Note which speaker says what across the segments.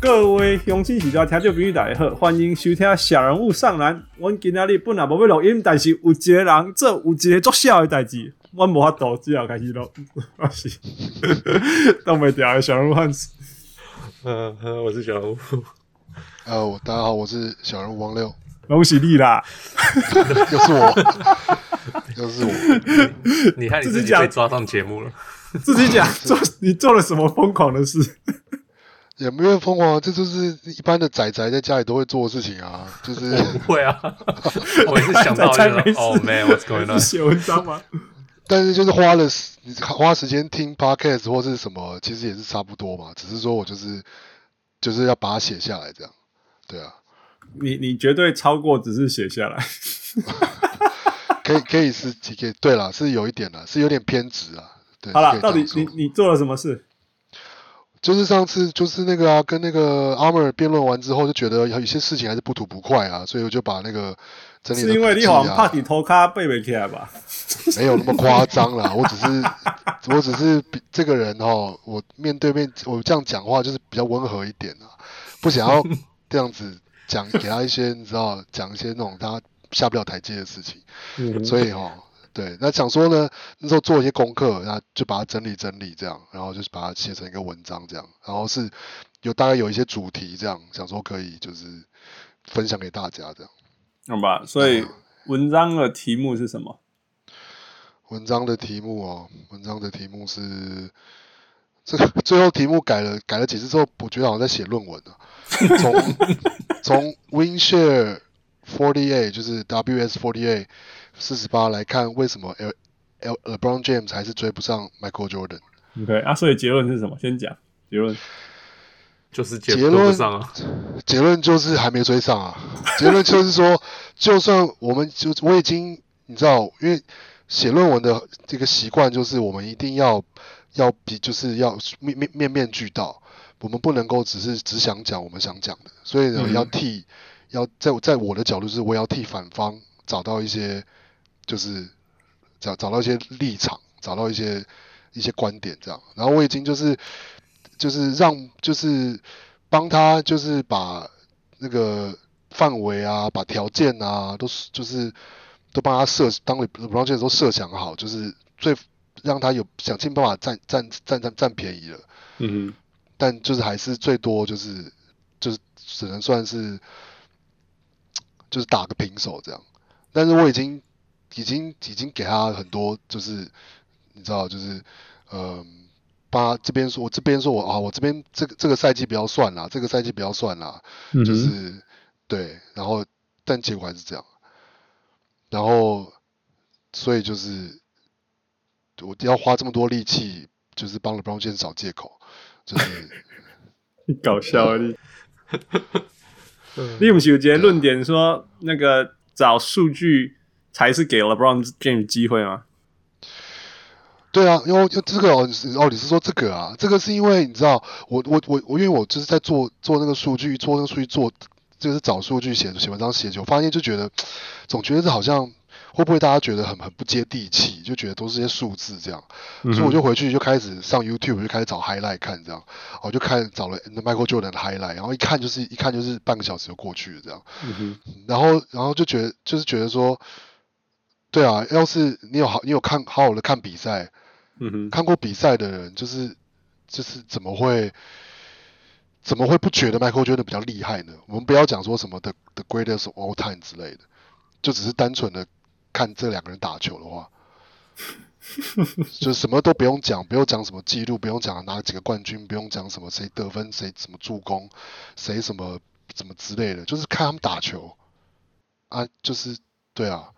Speaker 1: 各位乡亲是在听这朋友大家好，欢迎收听小人物上篮。阮今仔日本来无要录音，但是有一个人做有一个作痟的代志，阮无法度，只好开始录。 我是挡袂牢的小人物汉斯。
Speaker 2: 嗯、呃，我是小吴。
Speaker 3: 呃，我大家好，我是小人物王六，
Speaker 1: 恭喜你啦！
Speaker 3: 又是我， 又是我，
Speaker 2: 你看你
Speaker 1: 自
Speaker 2: 自
Speaker 1: 己
Speaker 2: 己被
Speaker 1: 讲
Speaker 2: 抓上节目了，
Speaker 1: 自己讲做你做了什么疯狂的事？
Speaker 3: 也没有疯狂，啊这就是一般的仔仔在家里都会做的事情啊，就是
Speaker 2: 不会啊， 我也是 想到就
Speaker 1: 才没
Speaker 2: 是
Speaker 1: 事
Speaker 2: 哦，man，what's going
Speaker 1: 是
Speaker 2: on？
Speaker 1: 写文章吗？
Speaker 3: 但是就是花了时花时间听 podcast 或是什么，其实也是差不多嘛，只是说我就是就是要把它写下来这样，对啊，
Speaker 1: 你你绝对超过，只是写下来。
Speaker 3: 可以可以是可以，对啦，是有一点啦，是有点偏执啊，对，
Speaker 1: 好
Speaker 3: 可
Speaker 1: 了，
Speaker 3: 以
Speaker 1: 到底
Speaker 3: 这
Speaker 1: 你
Speaker 3: 样说
Speaker 1: 你做了什么事？
Speaker 3: 就是上次就是那个啊，跟那个阿莫尔辩论完之后，就觉得有一些事情还是不吐不快啊，所以我就把那个整理的
Speaker 1: 是因为
Speaker 3: 笔
Speaker 1: 你
Speaker 3: 记
Speaker 1: 好像
Speaker 3: 啊
Speaker 1: 怕你头卡背袂起来吧？
Speaker 3: 没有那么夸张啦，我只是我只是比这个人哦，我面对面我这样讲话就是比较温和一点啊，不想要这样子讲给他一些你知道讲一些那种他下不了台阶的事情，所以哦，对，那想说呢，那时候做一些功课，那就把它整理整理这样，然后就是把它写成一个文章这样，然后是有大概有一些主题这样，想说可以就是分享给大家这样。
Speaker 1: 好吧，所以文章的题目是什么？
Speaker 3: 文章的题目哦，文章的题目是这 个最后题目改了改了几次之后，我觉得好像在写论文呢、哦从从 WinShare Forty Eight 就是 WS Forty Eight 四十八来看，为什么 L L LeBron James 还是追不上 Michael Jordan？
Speaker 1: OK 啊，所以结论是什么？先讲结论。
Speaker 2: 就是节
Speaker 3: 结
Speaker 2: 目
Speaker 3: 论
Speaker 2: 跟不上啊，
Speaker 3: 结论就是还没追上啊。结论就是说， 就算我们就我已经你知道，因为写论文的这个习惯就是我们一定要要比就是要面面面面俱到，我们不能够只是只想讲我们想讲的，所以呢、
Speaker 1: 嗯
Speaker 3: 要替要在在我的角度是我要替反方找到一些就是找找到一些立场，找到一些一些观点这样。然后我已经就是就是让就是帮他就是把那个范围啊，把条件啊，都是就是都帮他设当 LeBron James 都设想好，就是最让他有想尽办法占占占占占便宜了。
Speaker 1: 嗯
Speaker 3: 但就是还是最多就是就是只能算是就是打个平手这样。但是我已经已经已经给他很多，就是你知道，就是嗯，把这边说，我这边说我啊，我这边这个这个赛季不要算啦，这个赛季不要算啦，
Speaker 1: 哼，
Speaker 3: 就
Speaker 1: 嗯哼
Speaker 3: 是对，然后但结果还是这样，然后所以就是我要花这么多力气，就是帮 LeBron James 找借口，就是。
Speaker 1: 你搞笑啊你！你不是有一个论点说，那个找数据才是给 LeBron James 机会吗？
Speaker 3: 对啊，因为因为这个哦，你是哦，你是说这个啊？这个是因为你知道，我我我我，因为我就是在做做那个数据，做那个数据做，就是找数据写写文章写久，发现就觉得，总觉得这好像会不会大家觉得很很不接地气，就觉得都是些数字这样，所以我就回去就开始上 YouTube 就开始找 highlight 看这样，我就看找了那 Michael Jordan 的 highlight，然后一看就是一看就是半个小时就过去了这样，然后然后就觉得就是觉得说，对啊，要是你有好你有看好好的看比赛。
Speaker 1: 嗯哼，
Speaker 3: 看过比赛的人，就是就是怎么会怎么会不觉得 Michael Jordan 比较厉害呢？我们不要讲说什么的 the greatest of all time 之类的，就只是单纯的看这两个人打球的话， 就什么都不用讲，不用讲什么记录，不用讲拿几个冠军，不用讲什么谁得分，谁什么助攻，谁什么什么之类的，就是看他们打球啊，就是对啊，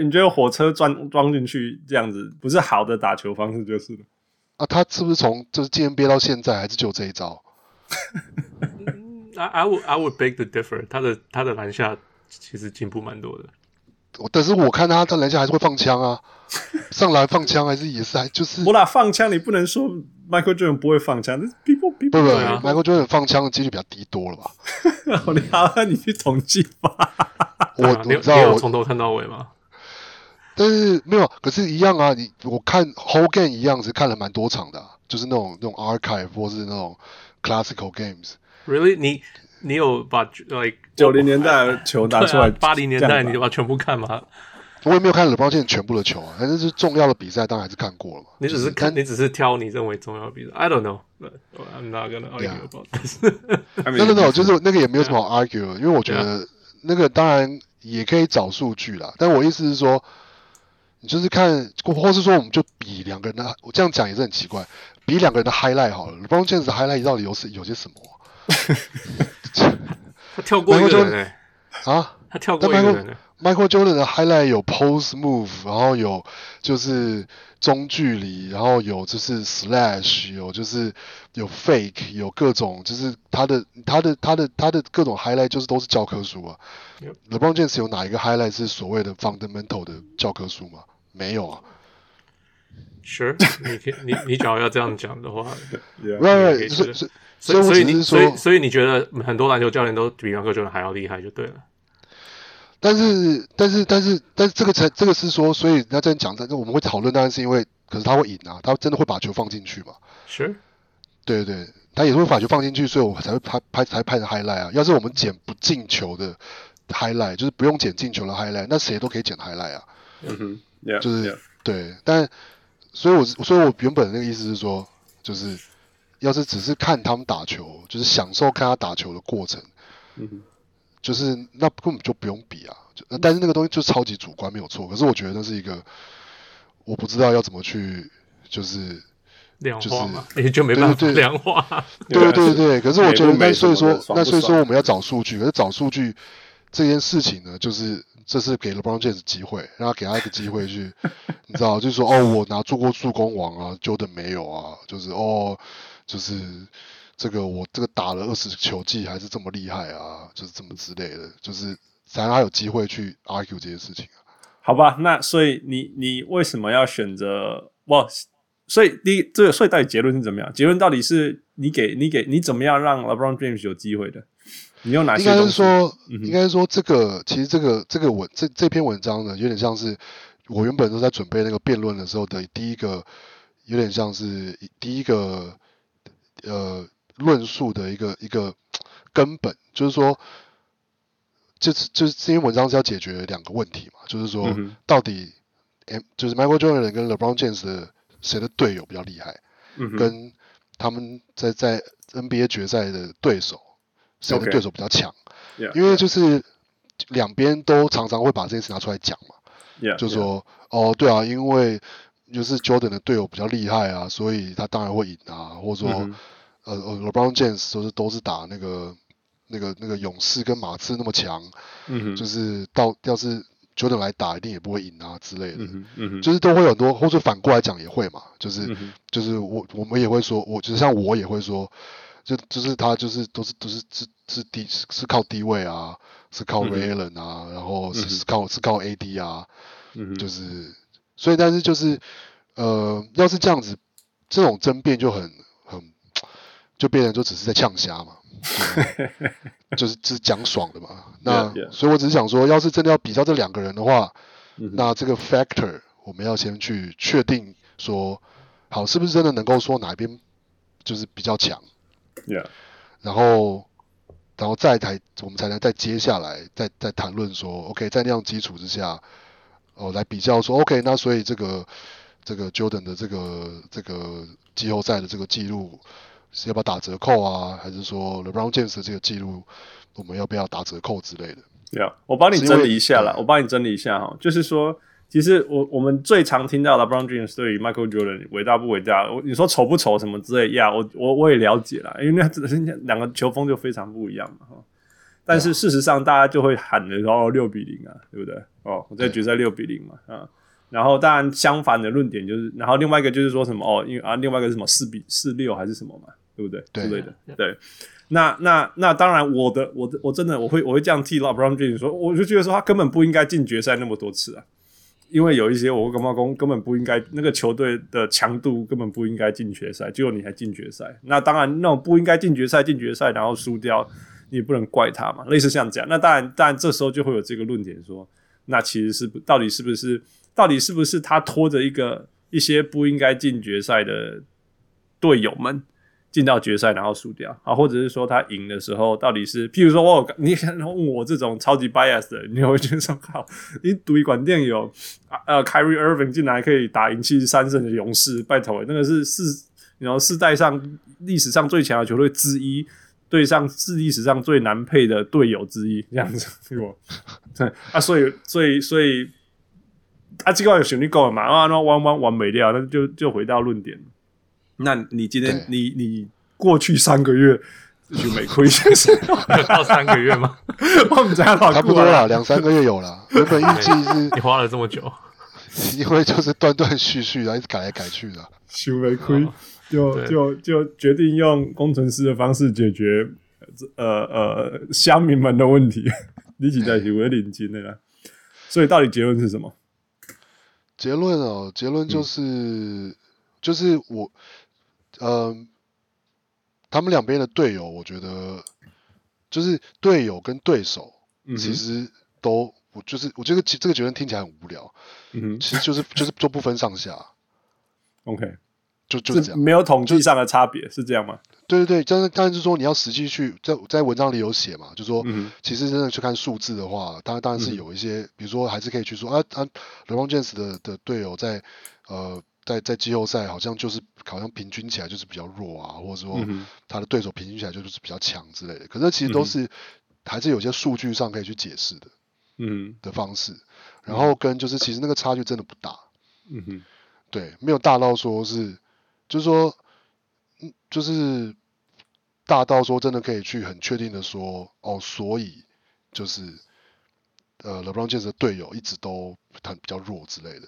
Speaker 1: 你觉得火车装装进去这样子，不是好的打球方式就是了。
Speaker 3: 啊，他是不是从就是纪念碑到现在还是就这一招？
Speaker 2: I I would I would beg to differ，他的他的篮下其实进步蛮多的，
Speaker 3: 我但是我看他他篮下还是会放枪啊，上篮放枪还是也是还就是
Speaker 1: 不
Speaker 3: 不
Speaker 1: 啦，放枪你不能说 Michael Jordan 不会放枪，这是 people
Speaker 3: 不
Speaker 1: people
Speaker 3: 不
Speaker 2: 对啊
Speaker 3: ，Michael Jordan 放枪的几率比较低多了吧？
Speaker 1: 好你好，你去统计吧。
Speaker 3: 我
Speaker 2: 对啊
Speaker 3: 我
Speaker 2: 你有
Speaker 3: 知
Speaker 2: 你
Speaker 3: 道
Speaker 2: 有
Speaker 3: 我，
Speaker 2: 从头看到尾吗？
Speaker 3: 但是没有，可是一样啊，你我看 Hogan 一样是看了蛮多场的啊、就是那种那种 archive 或是那种 classical games。
Speaker 2: Really，你你有把 like 啊
Speaker 1: 九零年代的球拿出来，
Speaker 2: 八零、年
Speaker 1: 这
Speaker 2: 代
Speaker 1: 样吧
Speaker 2: 你就把它全部看嘛？
Speaker 3: 我也没有看 LeBron 现在全部的球啊，但是就是重要的比赛当然还是看过了嘛。
Speaker 2: 你只
Speaker 3: 就是
Speaker 2: 看，你
Speaker 3: 但
Speaker 2: 只是挑你认为重要的比赛。I don't know, but I'm not gonna argue
Speaker 3: Yeah.
Speaker 2: about this.
Speaker 3: 那
Speaker 1: No
Speaker 3: 那那，就是那个也没有什么好 argue，的因为我觉得那个当然也可以找数据啦，但我意思是说，你就是看，或或是说我们就比两个人的，我这样讲也是很奇怪，比两个人的 highlight 好了，LeBron James 的 highlight 到底有是有些什么
Speaker 2: 他跳过一个人、欸，
Speaker 3: 啊
Speaker 2: 他跳过一个人、欸，
Speaker 3: ？Michael Jordan 的 highlight 有 post move，然后有就是中距离，然后有就是 slash，有就是有 fake，有各种就是他的他的他的他的各种 highlight 就是都是教科书啊。
Speaker 2: Yep.
Speaker 3: LeBron James 有哪一个 highlight 是所谓的 fundamental 的教科书吗？没有啊。
Speaker 2: Sure，你可以你你只要要这样讲的话，
Speaker 3: Right,
Speaker 2: 也
Speaker 3: right，
Speaker 2: 可以
Speaker 3: 所
Speaker 2: 是
Speaker 3: 以所
Speaker 2: 所以
Speaker 3: 以我
Speaker 2: 所以
Speaker 3: 只是
Speaker 2: 你所以
Speaker 3: 说，
Speaker 2: 所以你觉得很多篮球教练都比篮球教练还要厉害就对了。
Speaker 3: 但是但是但是但是这个才这个是说，所以人家这样讲，但是我们会讨论，当然是因为，可是他会赢啊，他真的会把球放进去嘛？
Speaker 2: Sure，
Speaker 3: 对对，对，他也是会把球放进去，所以我才会拍拍才拍的 highlight 啊。要是我们剪不进球的 highlight，就是不用剪进球的 highlight，那谁都可以剪 highlight 啊。
Speaker 1: Yeah,
Speaker 3: 就是
Speaker 1: yeah.
Speaker 3: 对，但所以我，所以我原本那个意思是说，就是要是只是看他们打球，就是享受看他打球的过程，
Speaker 1: 嗯
Speaker 3: 就是那根本就不用比啊。就呃但是那个东西就超级主观，没有错。可是我觉得那是一个我不知道要怎么去，就是
Speaker 2: 量化嘛，你就没办法
Speaker 3: 对对
Speaker 2: 量化。
Speaker 3: 对对对，可是我觉
Speaker 1: 啊美
Speaker 3: 得
Speaker 1: 不
Speaker 3: 那
Speaker 1: 美
Speaker 3: 所以
Speaker 1: 什么的
Speaker 3: 说，
Speaker 1: 爽不
Speaker 3: 那所以说
Speaker 1: 爽
Speaker 3: 我们要找数据，可是找数据这件事情呢，就是这是给 LeBron James 机会，让他给他一个机会 去，你知道，就是说哦，我拿做过助攻王啊，Jordan 没有啊，就是哦，就是这个我这个打了二十球季还是这么厉害啊，就是这么之类的，就是才让他有机会去 argue 这些事情啊。
Speaker 1: 好吧，那所以你你为什么要选择哇？所以第一，这个所以到底结论是怎么样？结论到底是你给你给你怎么样让 LeBron James 有机会的？你用哪
Speaker 3: 应
Speaker 1: 些
Speaker 3: 该
Speaker 1: 东
Speaker 3: 是
Speaker 1: 西？
Speaker 3: 说，
Speaker 1: 嗯哼
Speaker 3: 应该是说这个其实这个这个文这这篇文章呢，有点像是我原本都在准备那个辩论的时候的第一个，有点像是第一个呃论述的一个一个根本，就是说。就是就是这篇文章是要解决两个问题嘛，就是说
Speaker 1: 嗯哼
Speaker 3: 到底，M 就是 Michael Jordan 跟 LeBron James 的谁的队友比较厉害？
Speaker 1: 嗯哼，
Speaker 3: 跟他们在在 NBA 决赛的对手，谁的
Speaker 1: OK
Speaker 3: 对手比较强
Speaker 1: Yeah，
Speaker 3: 因为就是两边都常常会把这件事拿出来讲嘛，
Speaker 1: 呃 yeah,
Speaker 3: 就说哦，对啊，因为就是 Jordan 的队友比较厉害啊，所以他当然会赢啊，或者说、
Speaker 1: 嗯哼
Speaker 3: 呃呃 LeBron James 都是都是打那个那个那个勇士跟马刺那么强，
Speaker 1: 嗯哼，
Speaker 3: 就是到要是 Jordan 来打一定也不会赢啊之类的，
Speaker 1: 嗯哼，嗯哼，
Speaker 3: 就是都会有很多，或者反过来讲也会嘛，就是、
Speaker 1: 嗯哼
Speaker 3: 就是我我们也会说，我就是像我也会说，就就是他就是都是都是是是低是是靠低位啊，是靠
Speaker 1: 嗯哼
Speaker 3: Ray Allen 啊，然后
Speaker 1: 嗯
Speaker 3: 是
Speaker 1: 哼
Speaker 3: 是靠是靠 AD 啊，
Speaker 1: 嗯哼，
Speaker 3: 就是所以但是就是呃，要是这样子，这种争辩就很很就变成就只是在呛虾嘛。就是就是只讲爽的嘛，那
Speaker 1: Yeah, yeah.
Speaker 3: 所以我只是想说，要是真的要比较这两个人的话，
Speaker 1: 嗯哼
Speaker 3: 那这个 factor 我们要先去确定说，好是不是真的能够说哪边就是比较强，
Speaker 1: yeah，
Speaker 3: 然后然后再才我们才能再接下来再再谈论说，OK，在那样基础之下，哦来比较说，OK，那所以这个这个 Jordan 的这个这个季后赛的这个记录是要不要打折扣啊，还是说 LeBron James 的这个记录我们要不要打折扣之类的？
Speaker 1: 对啊，我帮你
Speaker 3: 是因
Speaker 1: 整
Speaker 3: 为
Speaker 1: 理一下啦，
Speaker 3: 对
Speaker 1: 我帮你整理一下哈，就是说，其实我我们最常听到的 LeBron James 对于 Michael Jordan 伟大不伟大，我你说丑不丑什么之类呀，我我我也了解啦，因为那只是两个球风就非常不一样嘛哈。但
Speaker 3: 啊
Speaker 1: 是事实上，大家就会喊的哦六比零啊，对不对？哦，我在
Speaker 3: 对
Speaker 1: 决赛六比零嘛，啊，然后当然相反的论点就是，然后另外一个就是说什么哦，因为啊另外一个是什么四比四六还是什么嘛，对不对？
Speaker 3: 对
Speaker 1: 之类的，对。那那那当然我，的我的我真的我会我会这样替 LeBron James 说，我就觉得说他根本不应该进决赛那么多次啊，因为有一些我跟猫公根本不应该那个球队的强度根本不应该进决赛，结果你还进决赛，那当然那种不应该进决赛进决赛然后输掉，你也不能怪他嘛，类似像这样，那当然当然这时候就会有这个论点说，那其实是不到底是不是到底是不是他拖着一个一些不应该进决赛的队友们，进到决赛然后输掉啊，或者是说他赢的时候到底是，譬如说我有 你可能问我这种超级 bias 的，你会觉得说靠，你赌一馆店有啊呃 Kyrie Irving 进来可以打赢七十三胜的勇士，拜托欸那个是世然后世代上历史上最强的球队之一。对上是历史上最难配的队友之一，这样子， 对不？对啊，所以，所以，所以，啊，这个有旋律够了嘛？啊，那弯弯完美掉，那就就回到论点。那你今天
Speaker 3: 对，
Speaker 1: 你你过去三个月就没亏钱，
Speaker 2: 有到三个月吗？
Speaker 1: 我们家老
Speaker 3: 差不
Speaker 1: 顾
Speaker 3: 多
Speaker 1: 啊
Speaker 3: 啦，，两三个月有啦。原本预计 是
Speaker 2: 你花了这么久，
Speaker 3: 因为就是断断续续，然后一直改来改去的。啊
Speaker 1: 修没亏
Speaker 2: 哦，
Speaker 1: 就
Speaker 2: 对
Speaker 1: 就就决定用工程师的方式解决呃这呃呃乡民们的问题。 你几代是为领金的啦，所以到底结论是什么？
Speaker 3: 结论哦，结论
Speaker 1: 嗯
Speaker 3: 就是、就是我，嗯、他们两边的队友，我觉得就是队友跟对手，
Speaker 1: 嗯哼
Speaker 3: 其实都我就是我觉得这个这个结论听起来很无聊，
Speaker 1: 嗯哼
Speaker 3: 其实就是就是就不分上下，
Speaker 1: ，OK，
Speaker 3: 就就是这样。
Speaker 1: 没有统计上的差别，是这样吗？
Speaker 3: 对对对，但是当然就是说你要实际去在在文章里有写嘛，就说、
Speaker 1: 嗯哼
Speaker 3: 其实真的去看数字的话，当然当
Speaker 1: 嗯
Speaker 3: 然是有一些，比如说还是可以去说啊啊，LeBron James 的的队友在呃在在季后赛好像就是好像平均起来就是比较弱啊，或者说
Speaker 1: 嗯哼
Speaker 3: 他的对手平均起来就是比较强之类的。可是其实
Speaker 1: 嗯
Speaker 3: 都
Speaker 1: 哼
Speaker 3: 是、还是有些数据上可以去解释的
Speaker 1: 嗯
Speaker 3: 的方式，然后跟就是其实那个差距真的不大，
Speaker 1: 哼嗯哼
Speaker 3: 对，没有大到说是，就是说，嗯，就是大到说真的可以去很确定的说，哦，所以就是呃，LeBron James 的队友一直都很比较弱之类的，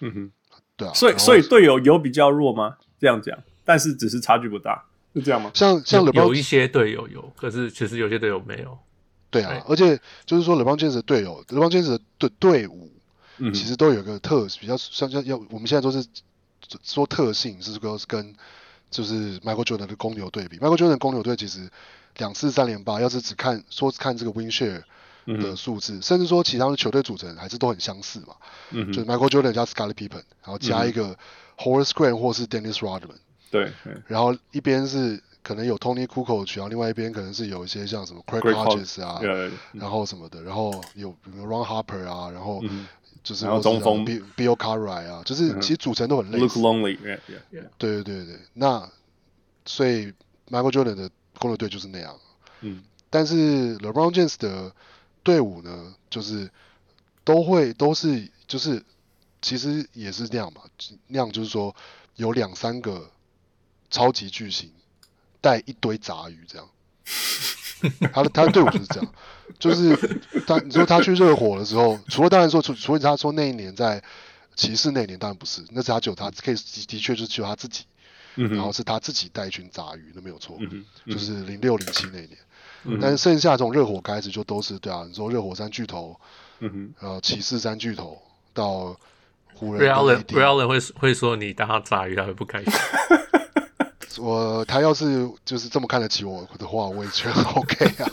Speaker 1: 嗯哼，
Speaker 3: 对啊。
Speaker 1: 所以
Speaker 3: 然后
Speaker 1: 所以队友有比较弱吗？这样讲，但是只是差距不大，是这样吗？
Speaker 3: 像像
Speaker 2: 有一
Speaker 3: LeBron
Speaker 2: 些队友有，可是其实有些队友没有。
Speaker 3: 对
Speaker 2: 对
Speaker 3: 啊，而且就是说 LeBron James 的队友，LeBron James 的队队伍
Speaker 1: 嗯
Speaker 3: 其
Speaker 1: 哼
Speaker 3: 实都有一个特比较像像要我们现在都是说特性是跟跟就是 Michael Jordan 的公牛对比，Michael Jordan 的公牛队其实两次三连霸，要是只看说看这个 win share
Speaker 1: 嗯
Speaker 3: 的
Speaker 1: 哼
Speaker 3: 数字，甚至说其他的球队组成还是都很相似嘛，
Speaker 1: 嗯
Speaker 3: 就是
Speaker 1: 哼，嗯
Speaker 3: Michael Jordan 加 Scottie Pippen，然后加一个 Horace Grant 或是 Dennis Rodman，
Speaker 1: 对，对
Speaker 3: 然后一边是可能有 Tony Kukoc，然后另外一边可能是有一些像什么 Craig
Speaker 1: Craig
Speaker 3: Hodges 啊，
Speaker 1: 对对对
Speaker 3: 然后什么的，然后有有 Ron Harper 啊，然后
Speaker 1: 嗯
Speaker 3: 就是
Speaker 1: 然后中锋
Speaker 3: Bill Bill Cartwright 啊，就是
Speaker 1: 嗯
Speaker 3: 其实组成都很类
Speaker 1: ，Look
Speaker 3: 似。
Speaker 1: lonely，yeah, yeah, yeah
Speaker 3: 对对对对，那所以 Michael Jordan 的公牛队就是那样，
Speaker 1: 嗯
Speaker 3: 但是 LeBron James 的队伍呢，就是都会都是就是其实也是那样嘛，那样就是说有两三个超级巨星带一堆杂鱼这样。他的他的队伍就是这样，就是他你说他去热火的时候，除了当然说除除了他说那一年在骑士那一年当然不是，那是他只有他可以的确就是只有他自己，
Speaker 1: 嗯
Speaker 3: 然后
Speaker 1: 哼
Speaker 3: 是他自己带一群杂鱼，那没有错，
Speaker 1: 嗯哼，嗯
Speaker 3: 就是零六零七那一年。
Speaker 1: 嗯
Speaker 3: 但是剩下这种热火开始就都是对啊，你说热火三巨头，
Speaker 1: 嗯哼，
Speaker 3: 呃，骑士三巨头到湖
Speaker 2: r e
Speaker 3: 人
Speaker 2: a l l
Speaker 3: 跟
Speaker 2: r e a
Speaker 3: AD，
Speaker 2: l l 会会说你当他炸鱼，他会不开心。
Speaker 3: 我他要是就是这么看得起我的话，我也觉得 OK 啊。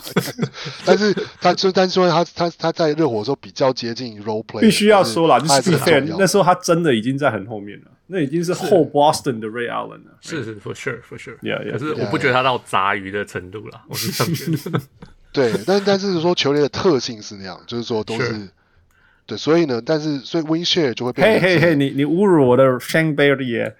Speaker 3: 但是他就但是说他他他在热火的时候比较接近 role play，
Speaker 1: 必须要说了，就
Speaker 3: 但
Speaker 1: 是 be
Speaker 3: 是他还
Speaker 1: fair，
Speaker 3: 是很重
Speaker 1: 那
Speaker 3: 要。
Speaker 1: 时候他真的已经在很后面了，那已经是后 Boston 的 Ray Allen 了，
Speaker 2: 是是，for sure，for sure。
Speaker 1: Yeah, yeah.
Speaker 2: 可是我不觉得他到炸鱼的程度啦，我是这样觉得。
Speaker 3: 对，但但是说球队的特性是那样，就是说都是
Speaker 2: 是
Speaker 3: 对，所以呢，但是所以 win share 就会
Speaker 1: 嘿
Speaker 3: 变成
Speaker 1: 嘿嘿，你 你侮辱我的 Shang Bailey 耶！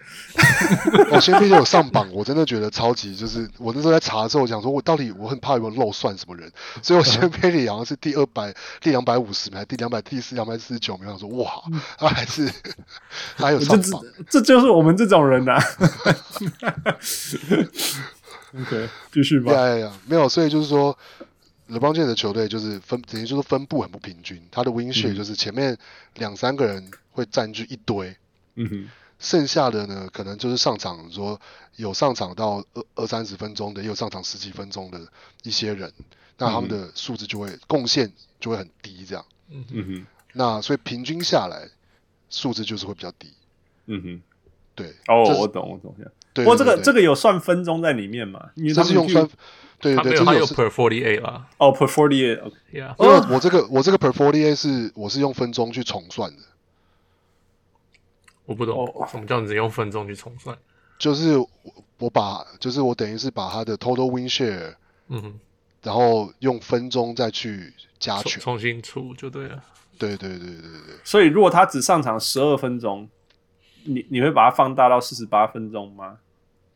Speaker 3: 我先毕竟有上榜，我真的觉得超级，就是我那时候在查的时候，我想说我到底我很怕有没有漏算什么人，所
Speaker 1: 嗯
Speaker 3: 以我先贝里好像是第二百、第两百五十名，还是第两百、第四两百四十九名，我想说哇，他还是 他还有
Speaker 1: 我嗯就
Speaker 3: 上
Speaker 1: 知
Speaker 3: 榜，
Speaker 1: 这就是我们这种人 呐、OK，继续吧。
Speaker 3: 呀呀呀，没有，所以就是说，LeBron James 的球队就是分，等于就是分布很不平均，他的 win
Speaker 1: 嗯
Speaker 3: share 就是前面两三个人会占据一堆，
Speaker 1: 嗯哼，
Speaker 3: 剩下的呢，可能就是上场说有上场到二二三十分钟的，也有上场十几分钟的一些人，那他们的素质就会贡献就会很低，这样。
Speaker 1: 嗯哼，
Speaker 3: 那所以平均下来，素质就是会比较低。
Speaker 1: 嗯哼。
Speaker 3: 对，
Speaker 1: 哦
Speaker 3: 这，是
Speaker 1: 我懂，我懂。
Speaker 3: 对。
Speaker 1: 不过这个这
Speaker 3: 个
Speaker 1: 个有算分钟在里面嘛？因为他们
Speaker 3: 这是用
Speaker 1: 就
Speaker 3: 算，对
Speaker 2: 他没
Speaker 3: 对
Speaker 2: 有，
Speaker 3: 对，这
Speaker 2: 他
Speaker 3: 是
Speaker 2: 有
Speaker 3: 用
Speaker 2: per forty eight 啦。
Speaker 1: 哦，per forty eight。
Speaker 2: Yeah，
Speaker 3: 因为我这个我这个 per forty a 是我是用分钟去重算的，
Speaker 2: 我不懂
Speaker 1: 哦
Speaker 3: 哦
Speaker 2: 什么叫你只用分钟去重算。
Speaker 3: 就是我我把就是我等于是把它的 total win share，
Speaker 2: 嗯哼，
Speaker 3: 然后用分钟再去加
Speaker 2: 重
Speaker 3: 权。
Speaker 2: 重新出就对了。
Speaker 3: 对对对对对，
Speaker 1: 所以如果他只上场十二分钟，你你会把它放大到四十八分钟吗？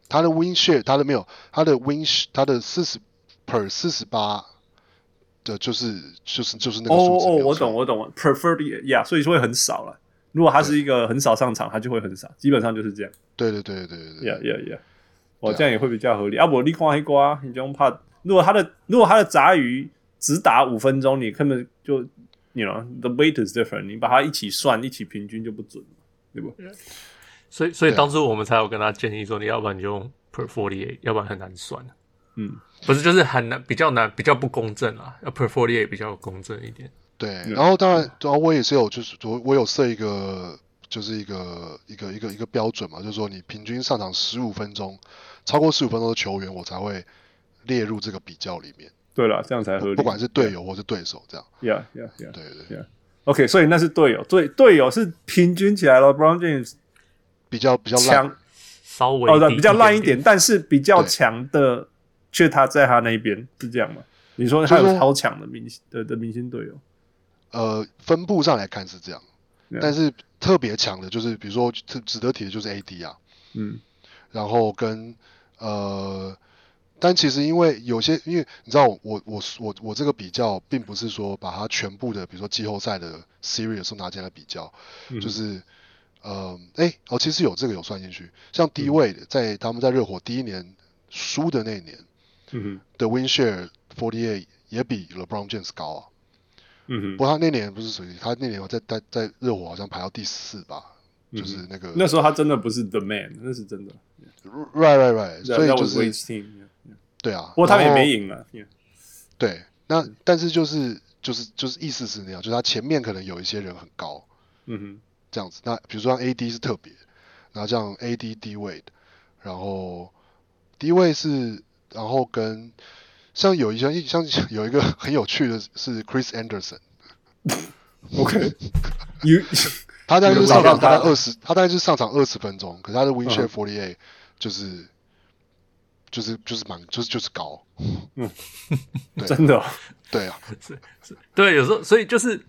Speaker 3: 它的 win share 它的没有它的 win sh- 它的四十 per 四十八的，就是就是就是那
Speaker 1: 哦
Speaker 3: 个数字。
Speaker 1: 哦，我懂，。我懂我，preferred yeah，所以说会很少了。如果他是一个很少上场，他就会很少，基本上就是这样。
Speaker 3: 对对对对对对。
Speaker 1: Yeah yeah yeah，我、
Speaker 3: 对啊
Speaker 1: 这样也会比较合理。啊，我你看黑瓜，你就用怕。如果他的如果他的杂鱼只打五分钟，你根本就，you know，the weight is different，你把它一起算，一起平均就不准了，对不？
Speaker 2: 所以所以
Speaker 3: 对啊
Speaker 2: 当初我们才有跟他建议说，你要不然你就用 per forty eight，要不然很难算。啊
Speaker 1: 嗯，
Speaker 2: 不是，就是很难，比较难，比较不公正啊。要 per forty eight 比较公正一点。
Speaker 3: 对，然后当然，然后我也是有，就是我我有设一个，就是一个一个一个一个标准嘛，就是说你平均上场十五分钟，超过十五分钟的球员，我才会列入这个比较里面，
Speaker 1: 对了，这样才合理。
Speaker 3: 不管是队友或是对手，这样。
Speaker 1: ，Yeah yeah yeah。
Speaker 3: 对对，
Speaker 1: OK，所以那是队友，队队友是平均起来了，Brown James
Speaker 3: 比较比较烂
Speaker 1: 强，
Speaker 2: 稍微
Speaker 1: 哦，对，
Speaker 2: 低
Speaker 1: 比较烂一
Speaker 2: 点
Speaker 1: 点，，但是比较
Speaker 3: 对
Speaker 1: 强的却他在他那边是这样吗？你说他
Speaker 3: 就是
Speaker 1: 有
Speaker 3: 说
Speaker 1: 超强的明星的的明星队友，
Speaker 3: 呃，分布上来看是这样
Speaker 1: Yeah，
Speaker 3: 但是特别强的，就是比如说值值得提的就是 AD 啊，
Speaker 1: 嗯，
Speaker 3: 然后跟呃，但其实因为有些，因为你知道我我我我我这个比较，并不是说把它全部的，比如说季后赛的 series 都拿进来比较，
Speaker 1: 嗯
Speaker 3: 就是呃，哎，哦，其实有这个有算进去，像 D 位在他们在热火第一年输的那一年
Speaker 1: 嗯哼
Speaker 3: 的 win share forty eight 也比 LeBron James 高啊，
Speaker 1: 嗯
Speaker 3: 不过他那年不是属于他那年在在在热火好像排到第四吧。
Speaker 1: 嗯
Speaker 3: 就是那个
Speaker 1: 那时候他真的不是 the man，那是真的，
Speaker 3: right right right，所以
Speaker 1: That
Speaker 3: 就
Speaker 1: was
Speaker 3: 是
Speaker 1: Wade's team，yeah.
Speaker 3: 对啊，
Speaker 1: 不过他们也
Speaker 3: 然后
Speaker 1: 没赢了，yeah，
Speaker 3: 对，那但是就是就是就是意思是那样，就是他前面可能有一些人很高
Speaker 1: 嗯
Speaker 3: 这样子。那比如说像 AD 是特别，然后像 AD D 位，然后 D 位是，然后跟像有一些像有一个很有趣的是 Chris Anderson，
Speaker 1: 哼，OK，you
Speaker 3: 他大概就是上
Speaker 1: 有点
Speaker 3: 场
Speaker 1: 大
Speaker 3: 大概二十，他大概就是上场二十分钟，可是他的 win share forty eight 就是就是就是蛮就是就是高，
Speaker 1: 真的哦，
Speaker 3: 对啊，
Speaker 2: 对，有时候所以就是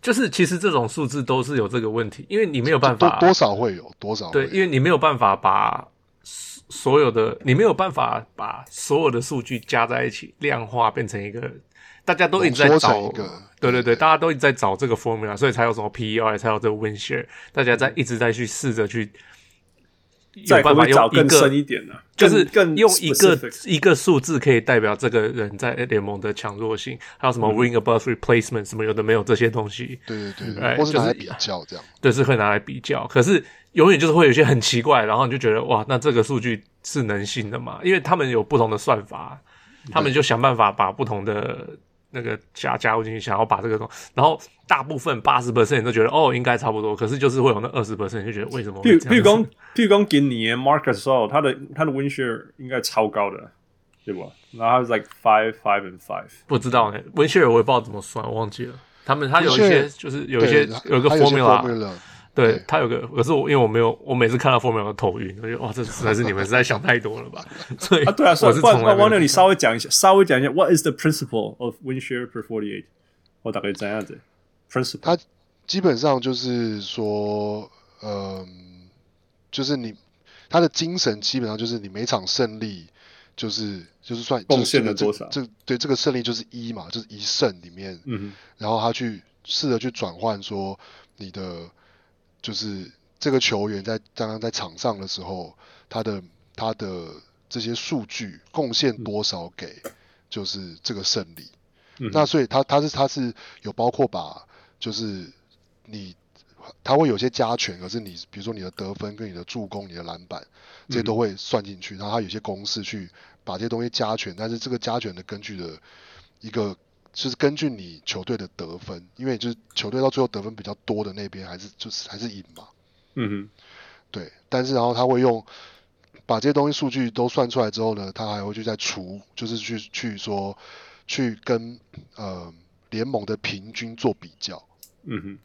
Speaker 2: 就是其实这种数字都是有这个问题，因为你没有办
Speaker 3: 多
Speaker 2: 法
Speaker 3: 多少会有多少会
Speaker 2: 对，
Speaker 3: 有
Speaker 2: 因为你没有办法把所所有的，你没有办法把所有的数据加在一起量化，变成一个大家都一直在
Speaker 3: 浓缩
Speaker 2: 找
Speaker 3: 成一个
Speaker 2: 对对
Speaker 3: 对
Speaker 2: 对，
Speaker 3: 对
Speaker 2: 大家都一直在找这个 formula，所以才有什么 PER，才有这个 win share，大家
Speaker 3: 嗯
Speaker 2: 在一直在去试着去有
Speaker 1: 再
Speaker 2: 办
Speaker 1: 会不
Speaker 2: 法
Speaker 1: 会
Speaker 2: 用
Speaker 1: 找
Speaker 2: 一
Speaker 1: 更深
Speaker 2: 个。
Speaker 1: 一点呢？啊
Speaker 2: 就是
Speaker 1: 更更
Speaker 2: 用一个
Speaker 1: specific
Speaker 2: 一个数字可以代表这个人在联盟的强弱性，还有什么
Speaker 3: 嗯
Speaker 2: win above replacement 什么有的没有这些东西，
Speaker 3: 对对对，
Speaker 2: 哎
Speaker 3: 或是拿来
Speaker 2: 就是
Speaker 3: 比较这样。
Speaker 2: 对，是会拿来比较。可是永远就是会有一些很奇怪，然后你就觉得哇，那这个数据是能信的吗？因为他们有不同的算法，他们就想办法把不同的那个加加入进去，想要把这个东，然后大部分八十 percent 都觉得哦应该差不多，可是就是会有那二十 percent 就觉得为什么
Speaker 1: 譬
Speaker 2: 会
Speaker 1: 如
Speaker 2: 这
Speaker 1: 譬
Speaker 2: 样子？
Speaker 1: 如讲譬如讲今年 Marcus s o 他的他的 win share 应该超高的，对吧？然后他是 like five five and five。
Speaker 2: 不知道呢、文谢尔我也不知道怎么算，我忘记了。他们他有一些
Speaker 3: Winshare-
Speaker 2: 就是有一些
Speaker 3: 对
Speaker 2: 有一个
Speaker 3: 还有一些
Speaker 2: formula，
Speaker 3: formula
Speaker 2: 对
Speaker 3: 对
Speaker 2: 他有个，可是我因为我没有，我每次看到 formula 我都头晕，我觉得哇，这 实在是你们实在想太多了吧？ 所以
Speaker 1: 啊，对啊，
Speaker 2: 我
Speaker 1: 算
Speaker 2: 是
Speaker 1: 不然
Speaker 2: 从
Speaker 1: 不然
Speaker 2: 来没有
Speaker 1: Wonder，你稍微讲一下，稍微讲一下，What is the principle of win share per forty eight？我大概怎样子？Principle，
Speaker 3: 它基本上就是说，嗯，就是你他的精神基本上就是你每场胜利就是就是算
Speaker 1: 贡献了
Speaker 3: 就
Speaker 1: 多
Speaker 3: 是这个
Speaker 1: 少
Speaker 3: 这这对这个胜利就是一嘛，就是一胜里面，
Speaker 1: 嗯
Speaker 3: 然后他去试着去转换说你的就是这个球员在刚刚在场上的时候，他的他的这些数据贡献多少给就是这个胜利。
Speaker 1: 嗯
Speaker 3: 那所以他他是他是有包括把就是你他会有些加权，可是你比如说你的得分跟你的助攻、你的篮板这些都会算进去，然后他有些公式去把这些东西加权，但是这个加权的根据的一个就是根据你球队的得分，因为就是球队到最后得分比较多的那边还是就是还是赢嘛，
Speaker 1: 嗯
Speaker 3: 对，但是然后他会用把这些东西数据都算出来之后呢，他还会去再除，就是去去说去跟呃联盟的平均做比较，
Speaker 1: 哼，嗯哼，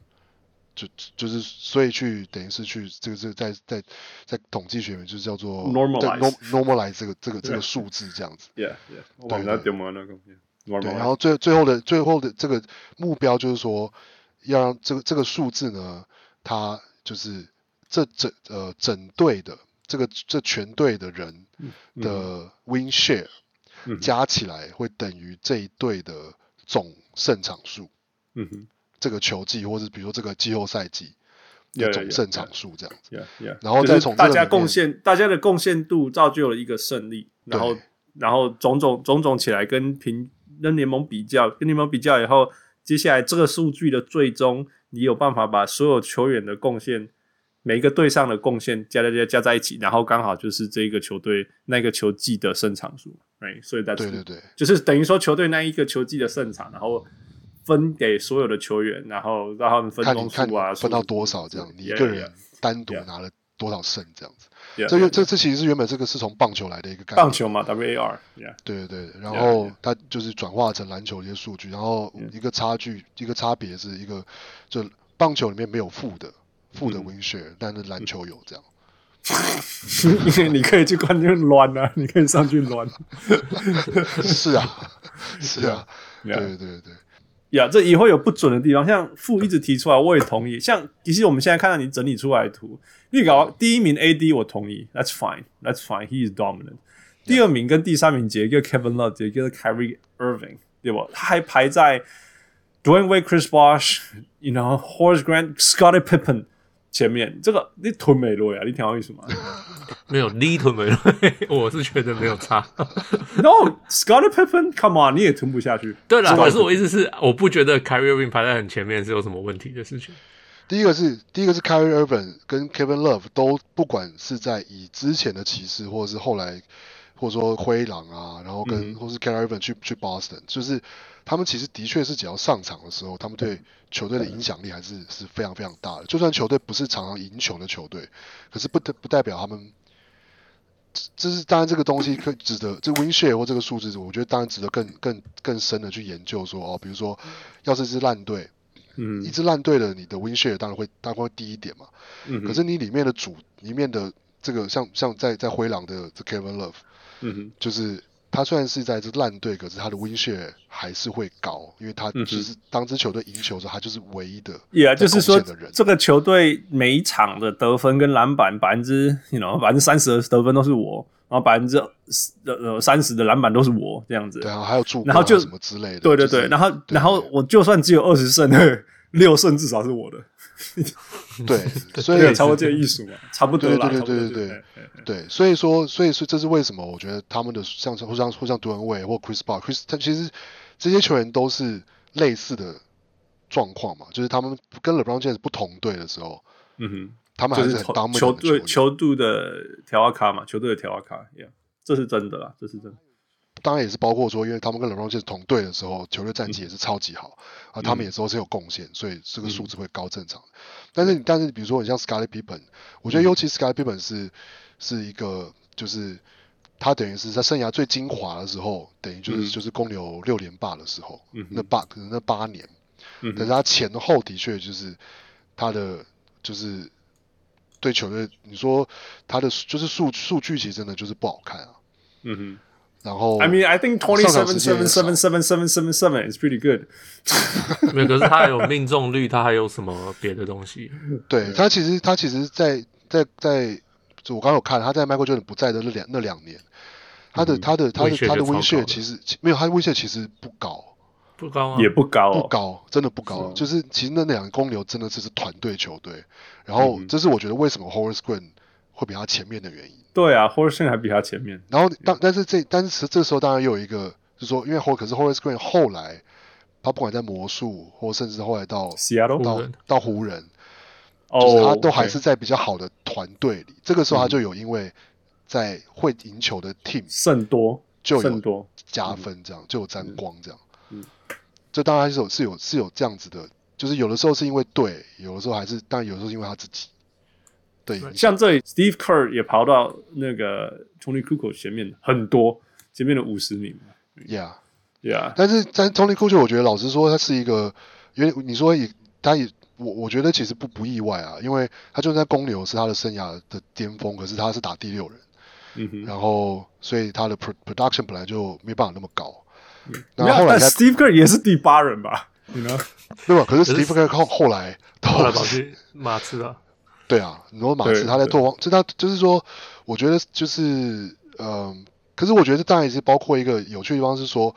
Speaker 3: 就就是所以去等于是去这个这个在在在统计学里面就是叫做
Speaker 1: Normalize
Speaker 3: 对 norm- normalize 这个这个这
Speaker 1: 对
Speaker 3: 个数字这样子。
Speaker 1: ，yeah yeah，我把它点完了，对
Speaker 3: 对，然后最最后的最后的这个目标就是说，要让这个这个数字呢，它就是这整呃整队的这个这全队的人的 win share、
Speaker 1: 嗯
Speaker 3: 加起来会等于这一队的总胜场数，
Speaker 1: 嗯哼
Speaker 3: 这个球季或是比如说这个季后赛季
Speaker 1: 有
Speaker 3: 的
Speaker 1: 有
Speaker 3: 总
Speaker 1: 有
Speaker 3: 胜场数这样子。
Speaker 1: ，yeah yeah，
Speaker 3: 然后
Speaker 1: 就
Speaker 3: 再
Speaker 1: 是
Speaker 3: 从
Speaker 1: 大
Speaker 3: 这个
Speaker 1: 家
Speaker 3: 里面
Speaker 1: 贡献，大家的贡献度造就了一个胜利，然后
Speaker 3: 对
Speaker 1: 然后种种种种起来跟平跟联盟比较，跟联盟比较以后，接下来这个数据的最终，你有办法把所有球员的贡献，每一个队上的贡献加加加加在一起，然后刚好就是这个球队那个球季的胜场数，right？所以 that's
Speaker 3: 对对对，
Speaker 1: 就是等于说球队那一个球季的胜场，然后分给所有的球员，然后让他们分
Speaker 3: 看你
Speaker 1: 攻
Speaker 3: 看你
Speaker 1: 数啊，
Speaker 3: 分到
Speaker 1: 数字
Speaker 3: 多少这样，你一
Speaker 1: ，yeah，
Speaker 3: 个
Speaker 1: yeah，
Speaker 3: 人单独
Speaker 1: yeah
Speaker 3: 拿了多少胜这样子。
Speaker 1: yeah，
Speaker 3: 这
Speaker 1: yeah，
Speaker 3: 个这这其实是原本这个是从棒球来的一个概念，
Speaker 1: 棒球嘛，WAR，yeah，
Speaker 3: 对对对，然
Speaker 1: Yeah,
Speaker 3: 后
Speaker 1: yeah. 嗯
Speaker 3: 它就是转化成篮球一些数据，然后一个差距，一个差别是一个，就棒球里面没有负的负
Speaker 1: 嗯
Speaker 3: 的 win share，、但是篮球有这样。
Speaker 1: 因为你可以去冠军乱啊，你可以上去乱。
Speaker 3: 是啊， 是啊，
Speaker 1: Yeah.
Speaker 3: 对对对，
Speaker 1: 呀这以后有不准的地方，像傅一直提出来，我也同意。像其实我们现在看到你整理出来的图，你搞第一名 AD 我同意，That's fine，That's fine，He is dominant。第二名跟第三名结一个 Kevin Love，结一个 Kyrie Irving，对吧？他还排在 Dwayne Wade、Chris Bosh，you know，Horace Grant、Scottie Pippen 前面。这个你吞美落呀，你听我意思吗？
Speaker 2: 没有 l i t t 没有， 我是觉得没 有差。
Speaker 1: No, Scottie Pippen, come on，你也吞不下去。
Speaker 2: 对啦，
Speaker 1: Scottie
Speaker 2: 可是我意思是，我不觉得 Kyrie Irving 排在很前面是有什么问题的事情。
Speaker 3: 第一个是第一个是 Kyrie Irving 跟 Kevin Love 都不管是在以之前的骑士，或者是后来，或者说灰狼啊，然后跟、或是 Kyrie Irving 去去 Boston，就是他们其实的确是只要上场的时候，他们对球队的影响力还是是非常非常大的。就算球队不是常常赢球的球队，可是不得不代表他们。这这是当然，这个东西可以值得，这 win share 或这个数字，我觉得当然值得更更更深的去研究说哦，比如说，要是一支烂队，
Speaker 1: 嗯
Speaker 3: 一支烂队的你的 win share 当然会当然会低一点嘛。
Speaker 1: 嗯哼
Speaker 3: 可是你里面的主里面的这个像像在在灰狼的这 Kevin Love，
Speaker 1: 嗯哼，
Speaker 3: 就是他虽然是在这烂队，可是他的 win share 还是会高，因为他
Speaker 1: 嗯哼
Speaker 3: 就是当支球队赢球的时候，他就是唯一的
Speaker 1: Yeah，就
Speaker 3: 在
Speaker 1: 是说
Speaker 3: 贡献的人
Speaker 1: 这个球队每一场的得分跟篮板百分之，you know，百分之三十的得分都是我，然后百分之呃三十的篮板都是我这样子。
Speaker 3: 对啊，还有助攻
Speaker 1: 然后
Speaker 3: 啊
Speaker 1: 就
Speaker 3: 什么之类的，
Speaker 1: 对对
Speaker 3: 就是
Speaker 1: 对，然后
Speaker 3: 对
Speaker 1: 然后我就算只有二十胜，六胜至少是我的，
Speaker 3: 对，所
Speaker 1: 这
Speaker 3: 以
Speaker 1: 个超过这个艺术嘛，差不多啦。
Speaker 3: 对对对
Speaker 1: 差不多
Speaker 3: 对对
Speaker 1: 就
Speaker 3: 对对，所以说，所以说，这是为什么？我觉得他们的像互相互相独恩卫或 Chris Paul，Chris 他其实这些球员都是类似的状况嘛，就是他们跟 LeBron James 不同队的时候，
Speaker 1: 嗯哼。
Speaker 3: 他们还
Speaker 1: 就是
Speaker 3: 很
Speaker 1: 球
Speaker 3: 当门
Speaker 1: 球队
Speaker 3: 队
Speaker 1: 球队的调啊卡嘛，球队的调啊卡，yeah，这是真的啦，这是真的。
Speaker 3: 当然也是包括说，因为他们跟 LeBron James 同队的时候，球队战绩也是超级好、
Speaker 1: 嗯
Speaker 3: 啊，他们也都是有贡献，所以这个数字会高正常。但是你但是比如说你像 Scottie Pippen，
Speaker 1: 嗯
Speaker 3: 我觉得尤其 Scottie Pippen 是是一个就是他等于是在生涯最精华的时候，等于就是、
Speaker 1: 嗯
Speaker 3: 就是公牛六连霸的时候，
Speaker 1: 嗯哼
Speaker 3: 那八可能那八年，
Speaker 1: 嗯
Speaker 3: 但
Speaker 1: 哼
Speaker 3: 是他前后的确就是他的就是对球队，你说他的就是数数据其实真的就是不好看啊。
Speaker 1: 嗯哼。
Speaker 3: 然后
Speaker 1: I mean, I think twenty
Speaker 3: 上场
Speaker 1: seven
Speaker 3: 时间也
Speaker 1: seven
Speaker 3: 少
Speaker 1: seven seven seven seven seven is pretty good.
Speaker 2: 没有，可是他还有命中率，他还有什么别的东西？
Speaker 3: 对他其实他其实在，在在就我刚刚有看他在 Michael Jordan 不在的那两那两年，他的、他的他的
Speaker 2: win share
Speaker 3: 他
Speaker 2: 嗯
Speaker 3: 的
Speaker 2: 就超
Speaker 3: win share
Speaker 2: 高的
Speaker 3: 其实其没有他的 win share 其实不高
Speaker 2: 不高啊，
Speaker 1: 也不高、哦，
Speaker 3: 不高，真的不高。就是其实那两个公牛真的只是团队球队，然
Speaker 2: 嗯
Speaker 3: 后这是我觉得为什么 Horace Grant 会比他前面的原因。
Speaker 1: 对啊 h o r s o n 还比他前面。
Speaker 3: 然后
Speaker 2: 嗯
Speaker 3: 当但是这但是这时候当然又有一个，就是说因为 Hor 可是 Horace Grant 后来他不管在魔术或甚至后来到
Speaker 1: Seattle，
Speaker 3: 到
Speaker 2: 湖人
Speaker 3: 到湖人，就是
Speaker 1: 哦，嗯
Speaker 3: 他都还是在比较好的团队里。这个时候他就有因为在会赢球的 team
Speaker 1: 胜多，
Speaker 3: 就
Speaker 1: 胜
Speaker 3: 有
Speaker 1: 多，嗯
Speaker 3: 加分，这样就有沾光这样。这当然是有是有是有这样子的，就是有的时候是因为队，有的时候还是，但有的时候是因为他自己对影响。
Speaker 1: 像这里 Steve Kerr 也跑到那个 Tony Kukoc 前面很多，前面的五十名
Speaker 3: Yeah，
Speaker 1: ，Yeah，
Speaker 3: 但是但 Tony k u c h 我觉得老实说，他是一个，因为你说也，他也我我觉得其实不不意外啊，因为他就算在公牛是他的生涯的巅峰，可是他是打第六人，
Speaker 1: 嗯哼，
Speaker 3: 然后所以他的 pro- production 本来就没办法那么高。
Speaker 1: 没
Speaker 2: 嗯
Speaker 3: 然
Speaker 1: 有，
Speaker 3: 后后来
Speaker 1: 但
Speaker 3: 他
Speaker 1: Steve Kerr 也是第八人吧？你呢？
Speaker 3: 对吧？可是
Speaker 2: 可是
Speaker 3: Steve Kerr 后后来
Speaker 2: 跑来
Speaker 3: 到
Speaker 2: 跑去马刺啊，
Speaker 3: 对啊，你说马
Speaker 1: 对
Speaker 3: 刺他在
Speaker 1: 对
Speaker 3: 做王，就他就是说，我觉得就是嗯、可是我觉得当然也是包括一个有趣的地方是说，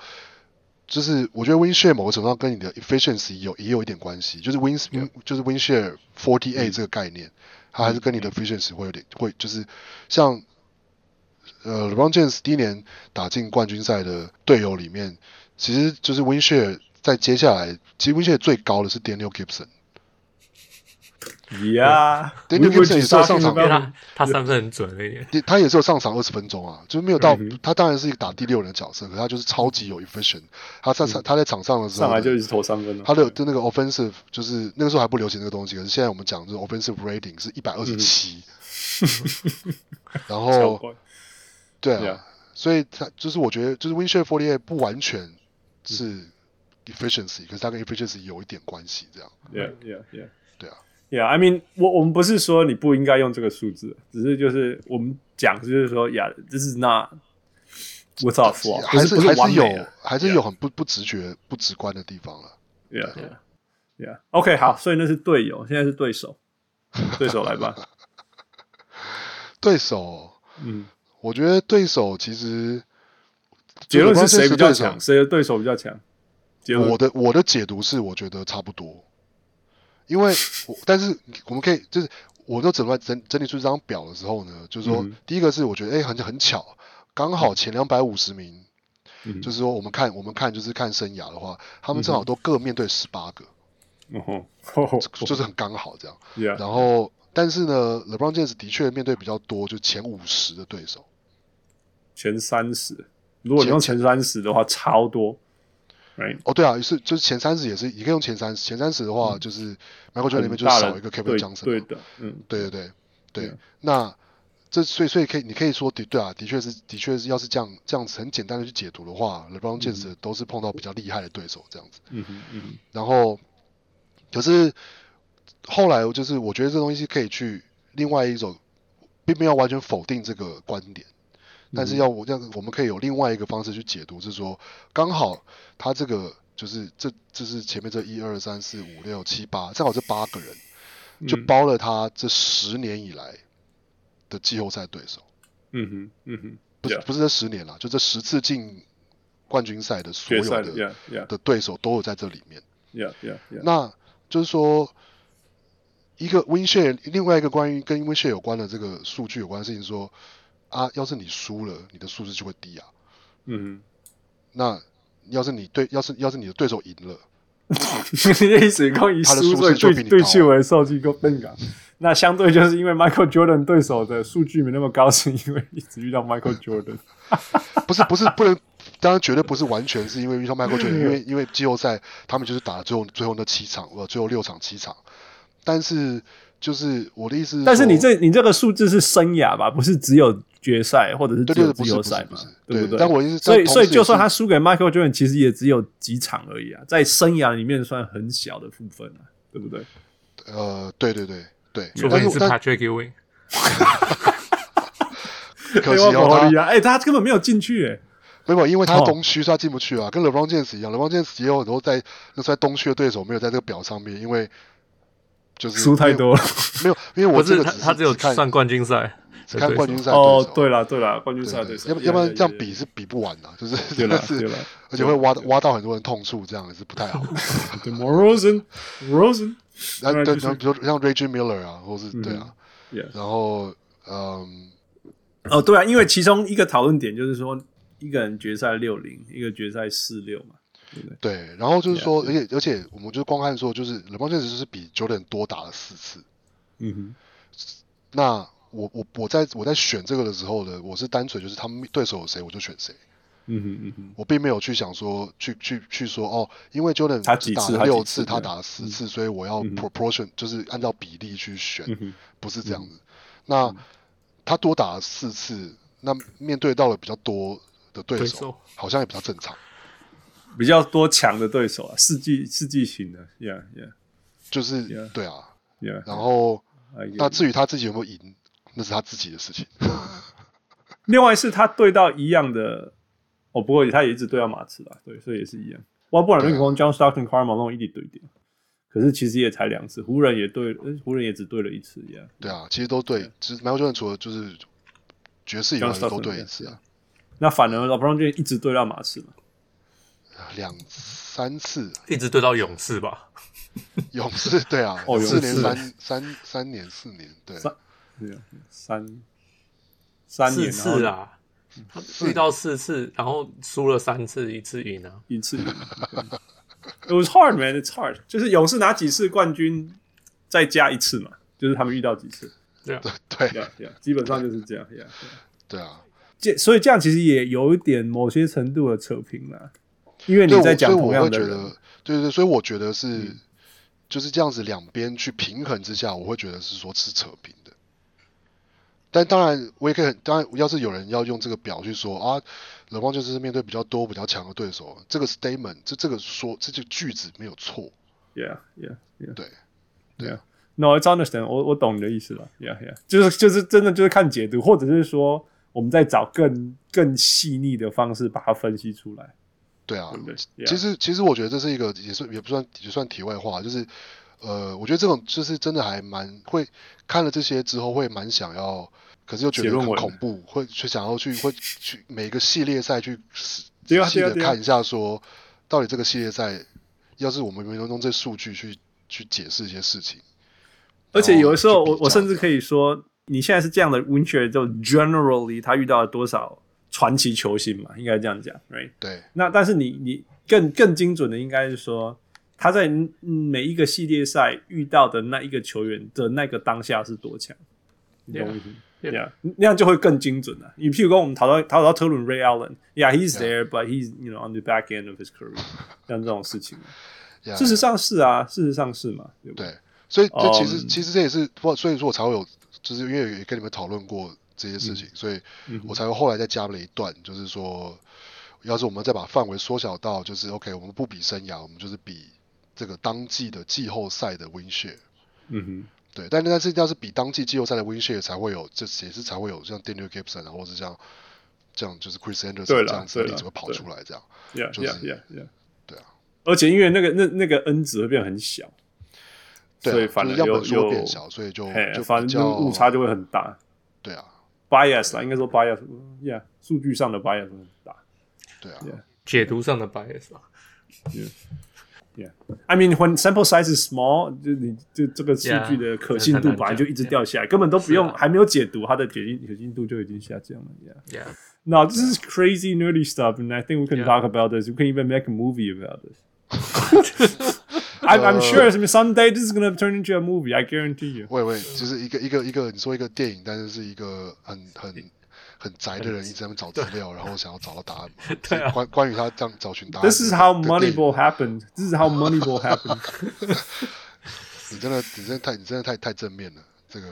Speaker 3: 就是我觉得 win share 某个程度上跟你的 efficiency 有也有一点关系，就是 win 就是 win share forty
Speaker 1: 嗯
Speaker 3: eight 这个概念，它还是跟你的 efficiency 会有点会就是像呃 LeBron James 第一年打进冠军赛的队友里面，其实就是 win share 在接下来其实 win share 最高的是 Daniel Gibson。
Speaker 1: 呀，
Speaker 3: 对对 Gibson 也是有上场
Speaker 2: 因为他他三分很准那一点，
Speaker 3: 也他也只有上场二十分钟啊，就是没有到、
Speaker 1: 嗯哼
Speaker 3: 他当然是一个打第六人的角色，可是他就是超级有 efficient。他在场、他在场上的时候，
Speaker 1: 嗯上来就一直投三分了。
Speaker 3: 他的就那个 offensive 就是那个时候还不流行那个东西，可是现在我们讲就是 offensive rating 是一百二十七，然
Speaker 1: 嗯超
Speaker 3: 后
Speaker 1: 怪
Speaker 3: 对啊
Speaker 1: Yeah
Speaker 3: 所以他就是我觉得就是 win share forty eight 不完全是
Speaker 1: 嗯
Speaker 3: efficiency，、可是他跟 efficiency 有一点关系，这样
Speaker 1: ，Yeah Yeah Yeah。
Speaker 3: 对啊，
Speaker 1: Yeah, I mean，我我们不是说你不应该用这个数字，只是就是我们讲就是说，Yeah, this is not what's up for，
Speaker 3: 还
Speaker 1: 是不
Speaker 3: 还
Speaker 1: 完
Speaker 3: 是
Speaker 1: 美啊
Speaker 3: 有
Speaker 1: 的
Speaker 3: 还是有很不不直觉不直观的地方了。
Speaker 1: ，Yeah Yeah Yeah。OK，好，所以那是队友，现在是对手，对手来 吧，
Speaker 3: 对手，
Speaker 1: 嗯，
Speaker 3: 我觉得对手其实
Speaker 1: 结论是谁比较
Speaker 3: 就是
Speaker 1: 强，谁的对手比较强？结论
Speaker 3: 我的我的解读是，我觉得差不多，因为我但是我们可以就是我都整出来整整理出这张表的时候呢，就是说、
Speaker 1: 嗯哼
Speaker 3: 第一个是我觉得哎、很很巧，刚好前两百五十名，
Speaker 1: 嗯哼嗯
Speaker 3: 就是说我们看我们看就是看生涯的话，他们正好都各面对十八个，
Speaker 1: 哦吼，吼
Speaker 3: 这就是很刚好这样。
Speaker 1: Yeah，
Speaker 3: 然后但是呢，LeBron James 的确面对比较多，就前五十的对手。
Speaker 1: 前三十，如果你用前三十的话，超多，Right，
Speaker 3: 哦，对啊，是就是前三十也是，你可以用前三十，前三十的话就是 Michael Jordan 里面就
Speaker 1: 大
Speaker 3: 是
Speaker 1: 人
Speaker 3: 少一个 Kevin
Speaker 1: 对
Speaker 3: Johnson，
Speaker 1: 对
Speaker 3: 嘛
Speaker 1: 的，嗯，
Speaker 3: 对对对对
Speaker 1: Yeah
Speaker 3: 那这所以所以可以你可以说的对啊，的确是的确是要是这样这样子很简单的去解读的话，LeBron James 都是碰到比较厉害的对手这样子，
Speaker 1: 嗯哼嗯哼
Speaker 3: 然后可是后来我就是我觉得这东西是可以去另外一种，并没有完全否定这个观点。
Speaker 1: 嗯
Speaker 3: 但是要我这样，我们可以有另外一个方式去解读，是说刚好他这个就是这这是前面这一二三四五六七八，正好这八个人
Speaker 1: 嗯
Speaker 3: 就包了他这十年以来的季后赛对手，
Speaker 1: 嗯哼嗯哼，
Speaker 3: 不是
Speaker 1: Yeah
Speaker 3: 不是这十年啦，就这十次进冠军赛的所
Speaker 1: 决
Speaker 3: 有
Speaker 1: 赛
Speaker 3: 的
Speaker 1: ，Yeah Yeah
Speaker 3: 的对手都有在这里面。
Speaker 1: Yeah Yeah Yeah。
Speaker 3: 那就是说，一个 win share，另外一个关于跟 win share 有关的这个数据有关的事情说啊，要是你输了，你的数字就会低啊。
Speaker 1: 嗯
Speaker 3: 那要是你对，要是要是你的对手赢了，
Speaker 1: 哼，你的意思讲以
Speaker 3: 他的
Speaker 1: 输
Speaker 3: 数字就
Speaker 1: 对
Speaker 3: 比你
Speaker 1: 对
Speaker 3: 高啊
Speaker 1: 气为受机构笨感，那相对就是因为 Michael Jordan 对手的数据没那么高，是因为一直遇到 Michael Jordan。
Speaker 3: 不是不是不能，当然绝对不是完全是因为遇到迈克尔· a 因为因为季后赛他们就是打了最后最后那七场，呃，最后六场七场，但是就是我的意思是说，
Speaker 1: 但是你这你这个数字是生涯吧，不是只有决赛或者是
Speaker 3: 对
Speaker 1: 只
Speaker 3: 对
Speaker 1: 有
Speaker 3: 对不
Speaker 1: 季
Speaker 3: 是
Speaker 1: 后
Speaker 3: 不是
Speaker 1: 赛
Speaker 3: 不
Speaker 1: 嘛
Speaker 3: 是，
Speaker 1: 对不对？
Speaker 3: 但我意思，
Speaker 1: 所以
Speaker 3: 但同
Speaker 1: 所以
Speaker 3: 时也
Speaker 1: 就算
Speaker 3: 是
Speaker 1: 他输给 Michael Jordan，其实也只有几场而已啊，在生涯里面算很小的部分啊，对不对？
Speaker 3: 呃，对对对对，
Speaker 2: 除非
Speaker 3: 但
Speaker 2: 你
Speaker 3: 是
Speaker 2: 是
Speaker 3: 但
Speaker 2: Patrick Ewing，
Speaker 3: 可 惜
Speaker 1: 哎我
Speaker 3: 哦，
Speaker 1: 保
Speaker 3: 他
Speaker 1: 利啊，哎、他根本没有进去、哎。
Speaker 3: 没有，因为他
Speaker 1: 哦
Speaker 3: 东区，所以他进不去啊，跟 LeBron James 一样，LeBron James 也有很多在那时候在东区的对手没有在这个表上面，因为就是
Speaker 1: 输太多了。
Speaker 3: 没有，没有，因为
Speaker 2: 不
Speaker 3: 我这
Speaker 2: 是
Speaker 3: 个
Speaker 2: 他
Speaker 3: 只
Speaker 2: 他只有
Speaker 3: 看
Speaker 2: 上冠军赛
Speaker 3: 只
Speaker 2: 的
Speaker 3: 看
Speaker 2: 对手
Speaker 3: 冠军赛
Speaker 1: 哦
Speaker 3: 手，
Speaker 1: 对了对了，冠军赛对
Speaker 3: 对对
Speaker 1: 手，
Speaker 3: 要不要不然这样比
Speaker 1: 对
Speaker 3: 是比不完的，就是
Speaker 1: 对
Speaker 3: 真
Speaker 1: 了
Speaker 3: 的
Speaker 1: 对
Speaker 3: 是
Speaker 1: 了，
Speaker 3: 而且会挖挖到很多人痛处，这样也是不 太好。
Speaker 1: 对 m o r o s e n Rosen，
Speaker 3: 然后
Speaker 1: 对
Speaker 3: 对，
Speaker 1: 就是嗯
Speaker 3: 然后比如说像 Reggie Miller 啊，或是对啊，
Speaker 1: Yeah
Speaker 3: 然后嗯，
Speaker 1: 哦对啊，因为其中一个讨论点就是说，一个人决赛六零，一个决赛四六嘛，对不对？
Speaker 3: 对，然后就是说，而且而且我们就光看说，就是 LeBron James 就是比 Jordan 多打了四次。
Speaker 1: 嗯
Speaker 3: 那我我我在我在选这个的时候呢，我是单纯就是他们对手有谁我就选谁，
Speaker 1: 哼，嗯哼嗯哼，
Speaker 3: 我并没有去想说去去去说哦，因为 Jordan
Speaker 1: 他几次
Speaker 3: 只
Speaker 1: 他
Speaker 3: 打了
Speaker 1: 几次
Speaker 3: 六
Speaker 1: 对
Speaker 3: 次，
Speaker 1: 嗯
Speaker 3: 他打了十次，所以我要 proportion、就是按照比例去选，
Speaker 1: 嗯哼嗯
Speaker 3: 不是这样子。那他多打了四次，那面对到了比较多的对手，
Speaker 2: 对手
Speaker 3: 好像也比较正常。
Speaker 1: 比较多强的对手啊，世纪世纪型的，Yeah Yeah，
Speaker 3: 就是
Speaker 1: Yeah
Speaker 3: 对啊。
Speaker 1: Yeah，
Speaker 3: 然后
Speaker 1: 哎
Speaker 3: 那至于他自己有没有赢，那是他自己的事情。
Speaker 1: 另外是他对到一样的，哦，不过他也一直对到马刺啦，对，所以也是一样。哇，不然就
Speaker 3: 啊
Speaker 1: 跟 John Stockton、c a r m a l o 一起对点，可是其实也才两次，湖人也对，呃湖人也只对了一次一样。
Speaker 3: 对啊，其实都对，其实 Michael Jordan 除了就是爵士以外
Speaker 1: John Stockton，
Speaker 3: 都对一次啊，
Speaker 1: 那反而 LeBron James 一直对到马刺嘛，
Speaker 3: 两三次
Speaker 2: 一直对到勇士吧，
Speaker 3: 勇士对啊，
Speaker 1: 哦勇士
Speaker 3: 四年三三三年四年对，
Speaker 1: 三对啊，
Speaker 3: 嗯
Speaker 1: 三三
Speaker 2: 四
Speaker 1: 年
Speaker 2: 次
Speaker 1: 然后嗯
Speaker 2: 啊，他遇到四次，然后输了三次，一次赢啊。
Speaker 1: 一次 赢。It was hard, man. It's hard. 就是勇士拿几次冠军，再加一次嘛，就是他们遇到几次，
Speaker 2: 对啊，
Speaker 3: 对
Speaker 1: yeah, yeah, 基本上就是这样，yeah, yeah.
Speaker 3: 对啊，
Speaker 1: 这所以这样其实也有一点某些程度的扯平啦，因为你
Speaker 3: 对，
Speaker 1: 在
Speaker 3: 我
Speaker 1: 讲
Speaker 3: 所以
Speaker 1: 同
Speaker 3: 我
Speaker 1: 样
Speaker 3: 会
Speaker 1: 的
Speaker 3: 觉
Speaker 1: 人，嗯
Speaker 3: 得，对对，所以我觉得是、就是这样子两边去平衡之下，我会觉得是说是扯平的。但当然，我也可以很，当然，要是有人要用这个表去说啊，冷邦就是面对比较多、比较强的对手，这个 statement，这这个说这句句子没有错，
Speaker 1: yeah yeah yeah，
Speaker 3: 对
Speaker 1: yeah。No, it's understand. 我我懂你的意思了。Yeah, yeah，就是就是真的就是看解读，或者是说我们再找更更细腻的方式把它分析出来，
Speaker 3: 对啊
Speaker 1: 对，不对
Speaker 3: 其
Speaker 1: ？Yeah,
Speaker 3: 实其实我觉得这是一个也算也不算也算题外话，就是呃，我觉得这种就是真的还蛮会看了这些之后会蛮想要，可是又觉
Speaker 1: 写
Speaker 3: 得
Speaker 1: 论
Speaker 3: 很
Speaker 1: 文
Speaker 3: 恐怖，会去想要去会去每个系列赛去仔
Speaker 1: 对啊
Speaker 3: 细的
Speaker 1: 对啊对啊
Speaker 3: 看一下说，到底这个系列赛要是我们没有用这数据去去解释一些事情，
Speaker 1: 而且有的时候
Speaker 3: 去
Speaker 1: 我
Speaker 3: 哦比较
Speaker 1: 我甚至可以说，你现在是这样的 win share，就 generally 他遇到了多少传奇球星嘛，应该这样讲，right？
Speaker 3: 对
Speaker 1: 那但是你你更更精准的应该是说，他在嗯每一个系列赛遇到的那一个球员的那个当下是多强，你懂我意思吗
Speaker 2: Yeah.
Speaker 1: Yeah，那样就会更精准了、啊。你譬如说我们讨论讨论到特伦 Ray Allen，Yeah，he's there，but he's you know on the back end of his career，像这种事情，
Speaker 3: 呀
Speaker 1: 事实上是啊，事实上是嘛，对不对？
Speaker 3: 对，所以这其实、
Speaker 1: 嗯
Speaker 3: 其实这也是不，所以说我才会有，就是因为也跟你们讨论过这些事
Speaker 1: 嗯
Speaker 3: 情，所以我才会后来再加了一段，就是说，要是我们再把范围缩小到，就是 OK，我们不比生涯，我们就是比这个当季的季后赛的 win share。
Speaker 1: 嗯哼。
Speaker 3: 对，但但是要是比当季季后赛的 win share 才会有，这也是才会有像 Daniel Gibson 啊，或者像这样就是 Chris
Speaker 1: 对
Speaker 3: Anderson
Speaker 1: 啦
Speaker 3: 这样子的
Speaker 1: 对啦
Speaker 3: 例子会跑出来，这样
Speaker 1: Yeah,
Speaker 3: 就是
Speaker 1: yeah, yeah, yeah.
Speaker 3: 对啊。
Speaker 1: 而且因为那个那那个 n 值会变得很小，所
Speaker 3: 对
Speaker 1: 以
Speaker 3: 啊，
Speaker 1: 反
Speaker 3: 就
Speaker 1: 而
Speaker 3: 是样
Speaker 1: 又
Speaker 3: 本数会
Speaker 1: 又
Speaker 3: 变小，所以就
Speaker 1: 嘿
Speaker 3: 就，
Speaker 1: 反
Speaker 3: 比较
Speaker 1: 正误差就会很大。
Speaker 3: 对啊，
Speaker 1: bias 啦，应该说 bias，yeah，数据上的 bias 会很大。
Speaker 3: 对啊
Speaker 1: Yeah
Speaker 2: 解读上的 bias 啊，
Speaker 1: I mean when sample size is small，就你就这个数据的可信度
Speaker 2: Yeah，
Speaker 1: 本来就一直掉下来，根本都不
Speaker 2: 是
Speaker 1: 用
Speaker 2: 啊
Speaker 1: 还没有解读，它的解析可信度就已经下降了。Yeah。
Speaker 2: Yeah.
Speaker 1: No, this is crazy nerdy stuff, and I think we can
Speaker 2: Yeah.
Speaker 1: talk about this. We can even make a movie about this. I'm, I'm
Speaker 2: Uh.
Speaker 1: sure someday this is gonna turn into a movie. I guarantee you.
Speaker 3: 喂喂，就是一个一个一个，你说一个电影，但是是一个很很很宅的人一直在那边找资 料，然后想要找到答案嘛。
Speaker 2: 对啊
Speaker 3: 关关于他这样找寻答案的。
Speaker 1: This is how
Speaker 3: 的电影
Speaker 1: Moneyball happened. This is how Moneyball happened.
Speaker 3: 你真的你真的太你真的太太正面了。这个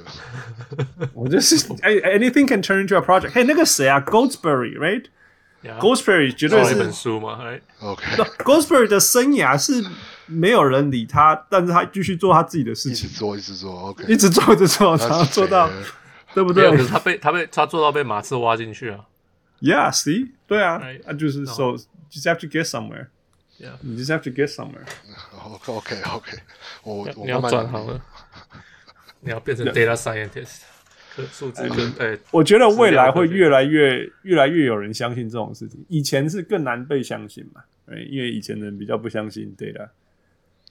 Speaker 1: 我就是 a- anything can turn into a project。嘿，那个谁啊，Goldsberry uh, right？Goldsberry 绝对
Speaker 2: 做了一本
Speaker 1: 是
Speaker 2: 书嘛，哎
Speaker 3: OK，
Speaker 1: Goldsberry 的生涯是没有人理他，但是他继续做他自己的事
Speaker 3: 一直
Speaker 1: 情，
Speaker 3: 做一直做 OK，
Speaker 1: 一直做一直做，
Speaker 3: 那
Speaker 1: 然后
Speaker 3: 是
Speaker 1: 做到
Speaker 3: 谁呢
Speaker 1: 对不
Speaker 2: 没
Speaker 1: 对
Speaker 2: 有，可是他被他被他做到被马刺挖进去啊。
Speaker 1: ？Yeah，see，对啊
Speaker 2: Right，
Speaker 1: 啊就是 so just have to get somewhere。
Speaker 2: Yeah
Speaker 1: 你 just have to get somewhere。
Speaker 3: OK OK OK，我我
Speaker 2: 你要
Speaker 3: 慢慢
Speaker 2: 转
Speaker 3: 努力
Speaker 2: 行 了，你要变成 data scientist，可数字科，哎，
Speaker 1: 我觉得未来会
Speaker 2: 是这样
Speaker 1: 越来
Speaker 2: 的
Speaker 1: 越越来越有人相信这种事情，以前是更难被相信嘛，right？因为以前的人比较不相信 data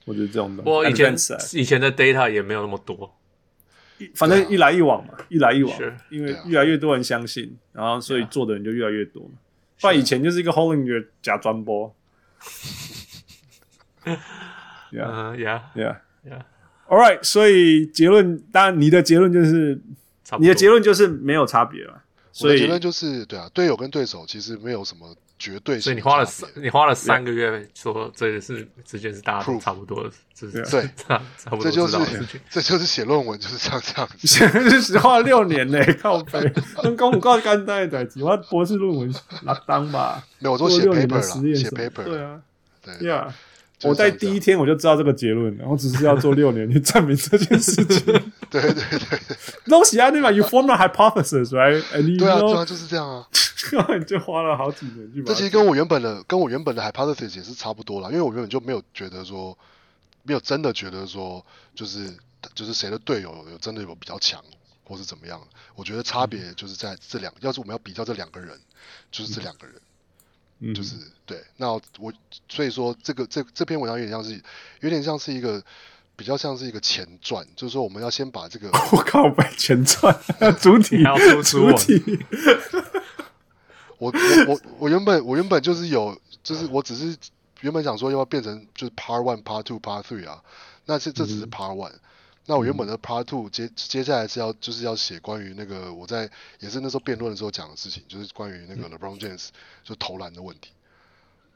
Speaker 1: 或者这种东西。
Speaker 2: 我以前
Speaker 1: advanced side
Speaker 2: 以前的 data 也没有那么多，
Speaker 1: 反正一来一往嘛，一来一往
Speaker 2: 是，
Speaker 1: 因为
Speaker 3: 对啊
Speaker 1: 越来越多人相信，然后所以做的人就越来越多嘛。不然以前就是一个 Hollinger 假传 播。yeah,
Speaker 2: 嗯呀
Speaker 1: yeah.
Speaker 2: yeah，
Speaker 1: All right，所以结论，当然你的结论就是，
Speaker 2: 差不
Speaker 1: 你
Speaker 2: 多。
Speaker 1: 的结论就是没有差别嘛。
Speaker 3: 我
Speaker 1: 所
Speaker 3: 的
Speaker 1: 以
Speaker 3: 结论就是，对啊，队友跟对手其实没有什么绝对
Speaker 2: 所
Speaker 3: 性
Speaker 2: 以
Speaker 3: 的
Speaker 2: 你
Speaker 3: 差
Speaker 2: 花
Speaker 3: 别，
Speaker 2: 了三，你花了三个月说这个是之前是大家都差不多的，这是
Speaker 1: Yeah
Speaker 2: 差差不多
Speaker 3: 这就
Speaker 2: 知道的事
Speaker 3: 是
Speaker 2: 情。
Speaker 3: 这就是写论文就是这样这样 子。
Speaker 1: 只花了六年 呢，靠背，跟公告干代代志，我博士论文拿当吧，
Speaker 3: 没有，我说
Speaker 1: 做
Speaker 3: 写
Speaker 1: 六年的
Speaker 3: paper
Speaker 1: 实验
Speaker 3: 啦，写
Speaker 1: 什么
Speaker 3: paper
Speaker 1: 对啊
Speaker 3: 对
Speaker 1: ，Yeah，
Speaker 3: 就是
Speaker 1: 我在
Speaker 3: 长这样
Speaker 1: 第
Speaker 3: 啊
Speaker 1: 一天我就知道这个结论，然后只是要做六年去证明这件事情。
Speaker 3: 对对对
Speaker 1: 东西啊，对吧？You form a hypothesis, right? And you
Speaker 3: 对啊，对
Speaker 1: know，
Speaker 3: 啊，就是这样啊。
Speaker 1: 你 就花了好几年去把它。
Speaker 3: 这其实跟我原本的跟我原本的 hypothesis 也是差不多啦，因为我原本就没有觉得说，没有真的觉得说，就是就是谁的队友有真的有比较强，或是怎么样。我觉得差别就是在这两，要是我们要比较这两个人，就是这两个人，
Speaker 1: 嗯
Speaker 3: 就是对。那我所以说这个这这篇文章有点像是有点像是一个比较像是一个前传，就是说我们要先把这个
Speaker 1: 我靠，被前传主体
Speaker 2: 还要输出
Speaker 1: 主
Speaker 2: 我
Speaker 1: 体，
Speaker 3: 我我我我原本我原本就是有，就是我只是原本想说要不要变成就是 Part One、Part Two、Part Three 啊，那这这只
Speaker 1: 嗯
Speaker 3: 是 Part One。那我原本的 Part Two 接接下来是要就是要写关于那个我在也是那时候辩论的时候讲的事情，就是关
Speaker 1: 嗯
Speaker 3: 于那个 LeBron James 就投篮的问题。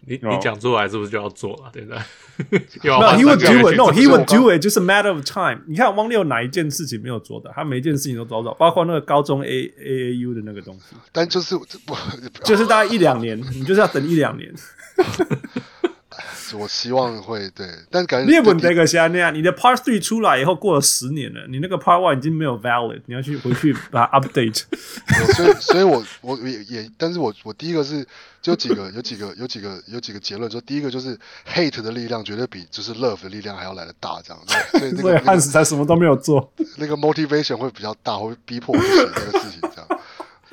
Speaker 2: 你
Speaker 1: 哦
Speaker 2: 你讲出来是不是就要做了？对不对？ 又要
Speaker 1: 那
Speaker 2: 换
Speaker 1: he
Speaker 2: 三
Speaker 1: would
Speaker 2: 个
Speaker 1: do
Speaker 2: 人去
Speaker 1: it. No,
Speaker 2: 做
Speaker 1: he
Speaker 3: 我
Speaker 1: would
Speaker 3: 刚
Speaker 1: do it. Just a matter of time. 你看汪六哪一件事情没有做的？他每一件事情都找找，包括那个高中 A A A U 的那个东西，
Speaker 3: 但就是我 我
Speaker 1: 就是大概一两年，你就是要等一两 年。
Speaker 3: 我希望会对，但感觉
Speaker 1: 你也不能
Speaker 3: 这
Speaker 1: 得个瞎那样，你的 Part Three 出来以后过了十年了，你那个 Part One 已经没有 valid，你要去回去把 它 update。
Speaker 3: 我所以，所以我我也也，但是我我第一个是就有几个有几个有几个有几个结论，说第一个就是 hate 的力量绝对比就是 love 的力量还要来的大，这样，所以那
Speaker 1: 所以
Speaker 3: 个那
Speaker 1: 汉
Speaker 3: 个
Speaker 1: 斯才什么都没有做。
Speaker 3: 那个 motivation 会比较大，会逼迫我去写这个事情，这样。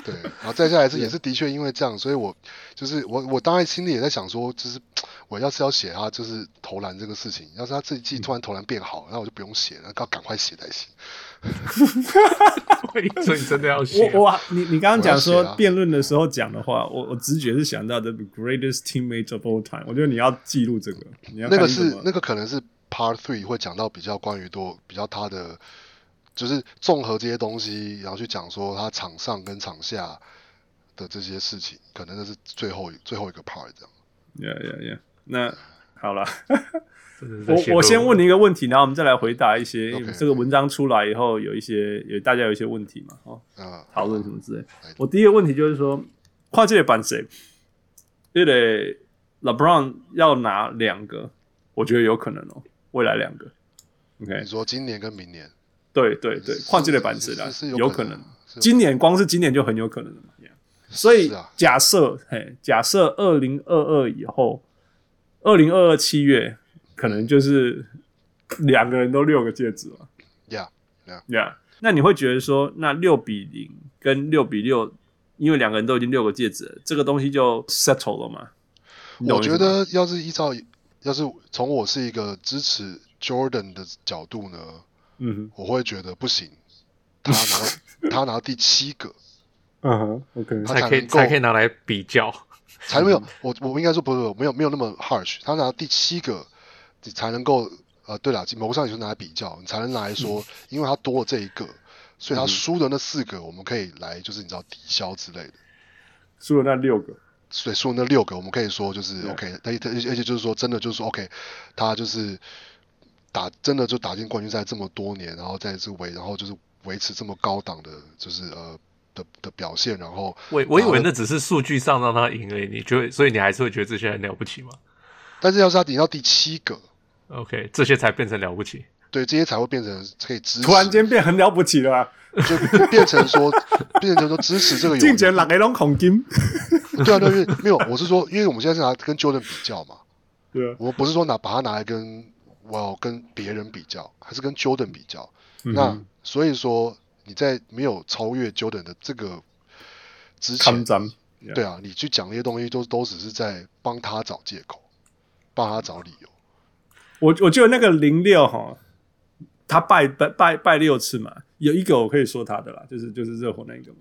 Speaker 3: 对，然后再下来是也是的确因为这样，所以我就是我我当然心里也在想说，就是我要是要写他就是投篮这个事情，要是他自己突然投篮变好，那我就不用写了，要赶快写才行。
Speaker 2: 所以你真的要写
Speaker 1: 我我你你刚刚讲
Speaker 3: 啊我
Speaker 1: 说
Speaker 3: 要写啊
Speaker 1: 辩论的时候讲的话，我我直觉是想到 the greatest teammate of all time。我觉得你要记录这个，你要
Speaker 3: 那
Speaker 1: 看
Speaker 3: 个
Speaker 1: 你怎
Speaker 3: 是
Speaker 1: 么
Speaker 3: 那个可能是 Part Three 会讲到比较关于多比较他的，就是综合这些东西，然后去讲说他场上跟场下的这些事情，可能那是最后一最后一个 part 这样。
Speaker 1: yeah yeah yeah。那好了，
Speaker 2: 真的是在写
Speaker 1: 我我先
Speaker 2: 论
Speaker 1: 问你一个问题，然后我们再来回答一些
Speaker 3: OK
Speaker 1: 这个文章出来以后有一些有大家有一些问题嘛？哦，
Speaker 3: 啊、
Speaker 1: 讨论什么之类
Speaker 3: 哎。
Speaker 1: 我第一个问题就是说，跨界版谁？因为 LeBron 要拿两个，我觉得有可能哦，未来两个。OK，
Speaker 3: 你说今年跟明年，
Speaker 1: 对对对，
Speaker 3: 是
Speaker 1: 跨界的版谁来
Speaker 3: 是是？
Speaker 1: 有
Speaker 3: 有可能
Speaker 1: 能。
Speaker 3: 是有
Speaker 1: 今年光是今年就很有可能了嘛。Yeah 所以
Speaker 3: 是啊
Speaker 1: 假设，嘿，假设二零二二以后，二零二二七月可能就是两个人都六个戒指了。
Speaker 3: 呀、
Speaker 1: Yeah，那你会觉得说，那六比零跟六比六，因为两个人都已经六个戒指了，这个东西就 settle 了嘛？你
Speaker 3: yeah，
Speaker 1: 懂
Speaker 3: 我
Speaker 1: 意思吗
Speaker 3: 觉得要是依照要是从我是一个支持 Jordan 的角度呢，
Speaker 1: 嗯
Speaker 3: 我会觉得不行，他拿到他拿到第七个，
Speaker 1: 哼，嗯哼，OK，
Speaker 3: 他
Speaker 2: 才可以
Speaker 3: 能够
Speaker 2: 才可以拿来比较。
Speaker 3: 才没有，
Speaker 2: 嗯
Speaker 3: 我我应该说不是没有没有那么 harsh，他拿第七个，你才能够呃，对了，某个上你就拿来比较，你才能拿来说，
Speaker 2: 嗯
Speaker 3: 因为他多了这一个，所以他输的那四个，我们可以来就是你知道抵消之类的，
Speaker 1: 输了那六个，
Speaker 3: 所以输的那六个，我们可以说就是
Speaker 1: Yeah.
Speaker 3: OK，而且而且而且就是说真的就是说 OK，他就是打真的就打进冠军赛这么多年，然后在这维然后就是维持这么高档的，就是呃的的表现，然后啊
Speaker 2: 我我以为那只是数据上让他赢而已，你觉得，所以你还是会觉得这些很了不起吗
Speaker 3: 但是要是他赢到第七个。
Speaker 2: ？OK，这些才变成了不起。
Speaker 3: 对，这些才会变成可以支持。
Speaker 1: 突然间变很了不起了啊，
Speaker 3: 就变成说，变成说支持这个友
Speaker 1: 进
Speaker 3: 谊。
Speaker 1: 前六个拢恐金，
Speaker 3: 对啊，对啊，因为没有，我是说，因为我们现在是拿跟 Jordan 比较嘛，
Speaker 1: 对啊，
Speaker 3: 我不是说拿把它拿来跟我跟别人比较，还是跟 Jordan 比较。
Speaker 1: 嗯
Speaker 3: 那所以说你在没有超越 Jordan 的这个之
Speaker 1: 看
Speaker 3: 前，
Speaker 1: 涨，
Speaker 3: 对啊，你去讲那些东西都都只是在帮他找借口，帮他找理由。
Speaker 1: 我我觉得那个零六哈，他拜拜拜拜六次嘛，有一个我可以说他的啦，就是就是热火那个嘛。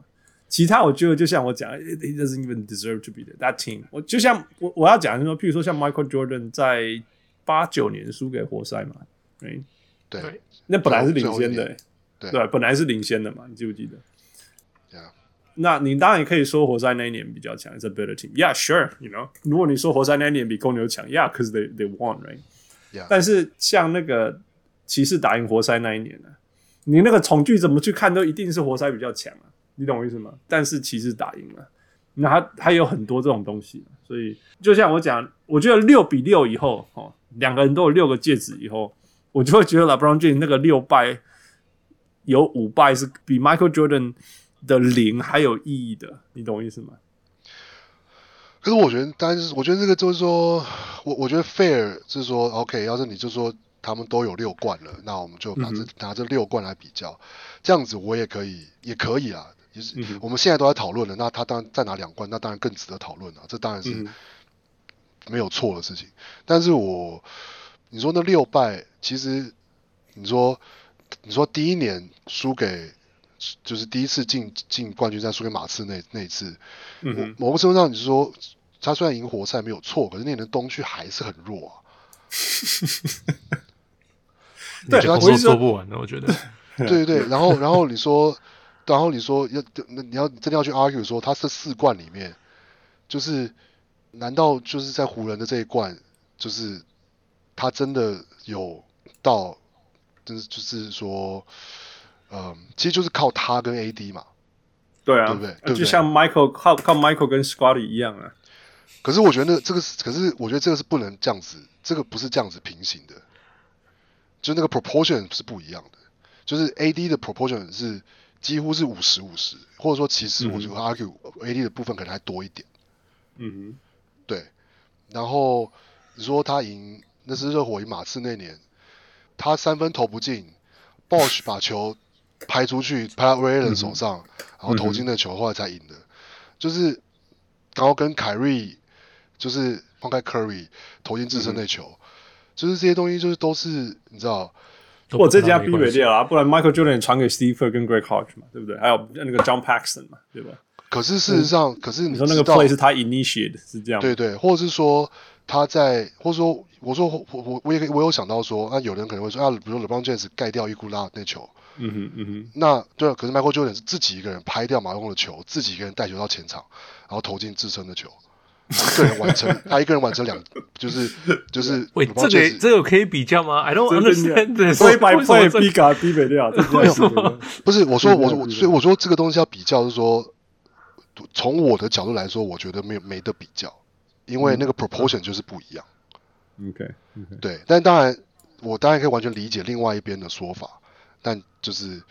Speaker 1: 其他我觉得就像我讲，it it doesn't even deserve to be there. That team，我就像我我要讲的是说，譬如说像 Michael Jordan 在八九年输给活塞嘛，对，
Speaker 3: 对
Speaker 2: 对
Speaker 1: 那本来是领
Speaker 3: 最后
Speaker 1: 先
Speaker 3: 一
Speaker 1: 的、欸
Speaker 3: 年对
Speaker 1: 对，啊本来是领先的嘛，你记不记得？
Speaker 3: 对啊，
Speaker 1: 那你当然也可以说活塞那一年比较强，It's a better team. Yeah, sure. You know，如果你说活塞那一年比公牛强，Yeah, cause they they won, right?
Speaker 3: Yeah.
Speaker 1: 但是像那个骑士打赢活塞那一年呢、啊你那个从剧怎么去看都一定是活塞比较强啊，你懂我意思吗？但是骑士打赢了、啊那它它有很多这种东西，所以就像我讲，我觉得六比六以后，哦，两个人都有六个戒指以后，我就会觉得 LeBron James 那个六败有五败是比 Michael Jordan 的零还有意义的，你懂我意思吗？
Speaker 3: 可是我觉得，但是我觉得这个就是说，我我觉得 fair 是说，OK，要是你就说他们都有六冠了，那我们就拿这、
Speaker 1: 嗯
Speaker 3: 拿这六冠来比较，这样子我也可以，也可以啊。也是、
Speaker 1: 嗯哼
Speaker 3: 我们现在都在讨论了，那他当然再拿两冠，那当然更值得讨论了、啊这当然是
Speaker 1: 嗯
Speaker 3: 没有错的事情。但是我你说那六败，其实你说你说第一年输给就是第一次进进冠军赛输给马刺那那一次，
Speaker 1: 嗯哼，
Speaker 3: 某个程度上，你说他虽然赢活塞没有错，可是那年的东区还是很弱、啊。
Speaker 1: 对
Speaker 2: 你这工
Speaker 1: 我
Speaker 2: 作
Speaker 1: 是说
Speaker 2: 做不完的，我 觉得。
Speaker 3: 对对对，然后然后你说，然后你说要那你要真的要去 argue 说，他这四冠里面，就是难道就是在湖人的这一冠，就是他真的有到，就是就是说，嗯，其实就是靠他跟 AD 嘛。
Speaker 1: 对啊，
Speaker 3: 对不对对不对
Speaker 1: 就像 Michael 靠靠 Michael 跟 Scotty 一样啊，
Speaker 3: 可是我觉得那个这个是，可是我觉得这个是不能这样子，这个不是这样子平行的，就那个 proportion 是不一样的，就是 AD 的 proportion 是几乎是五十五十，或者说其实我觉得 argue AD 的部分可能还多一点，
Speaker 1: 嗯
Speaker 3: 对。然后你说他赢那是热火赢马刺那年，他三分投不进，Bosch 把球拍出去，拍到 Ray
Speaker 1: 嗯
Speaker 3: 的手上，然后投进那球，后来才赢的。就是然后跟凯瑞，就是放开 Curry 投进自
Speaker 1: 嗯
Speaker 3: 身那球，就是这些东西就是都是你知道，
Speaker 1: 哼，我这家
Speaker 2: 没
Speaker 1: 逼
Speaker 2: 关
Speaker 1: 没
Speaker 2: 系
Speaker 1: 掉啊，不然 Michael Jordan 也传给 Steve Kerr 跟 Greg Hodge 嘛，对不对？还有那个 John Paxson 嘛，对吧？
Speaker 3: 可是事实上，可是
Speaker 1: 嗯你
Speaker 3: 你
Speaker 1: 说那个
Speaker 3: 知道
Speaker 1: play 是他 initiate 是这样吗，
Speaker 3: 对对，或者是说他在，或者说我说我我我也可以我有想到说，那、有人可能会说啊，比如说 LeBron James 盖掉伊库拉那球，
Speaker 1: 嗯哼嗯哼。
Speaker 3: 那对啊，可是 Michael Jordan 是自己一个人拍掉马龙的球，自己一个人带球到前场，然后投进自身的球，他一个人完成，他一个人完成两，就是就是
Speaker 2: 喂，这
Speaker 3: LeBron
Speaker 2: 个
Speaker 3: James-
Speaker 2: 这个可以比较吗？I don't
Speaker 1: 真的
Speaker 2: understand this。
Speaker 1: play by
Speaker 2: 为什么
Speaker 1: play
Speaker 2: 这
Speaker 1: 逼嘎逼没掉，为什么？
Speaker 3: 不是我说我
Speaker 1: 对对
Speaker 3: 我
Speaker 1: 对
Speaker 3: 所以我说这个东西要比较，是说从我的角度来说，我觉得没有没得比较，因为那个 proportion 就是不一样。
Speaker 1: OK，
Speaker 3: 对，但当然，我当然可以完全理解另外一边的说法，但就是，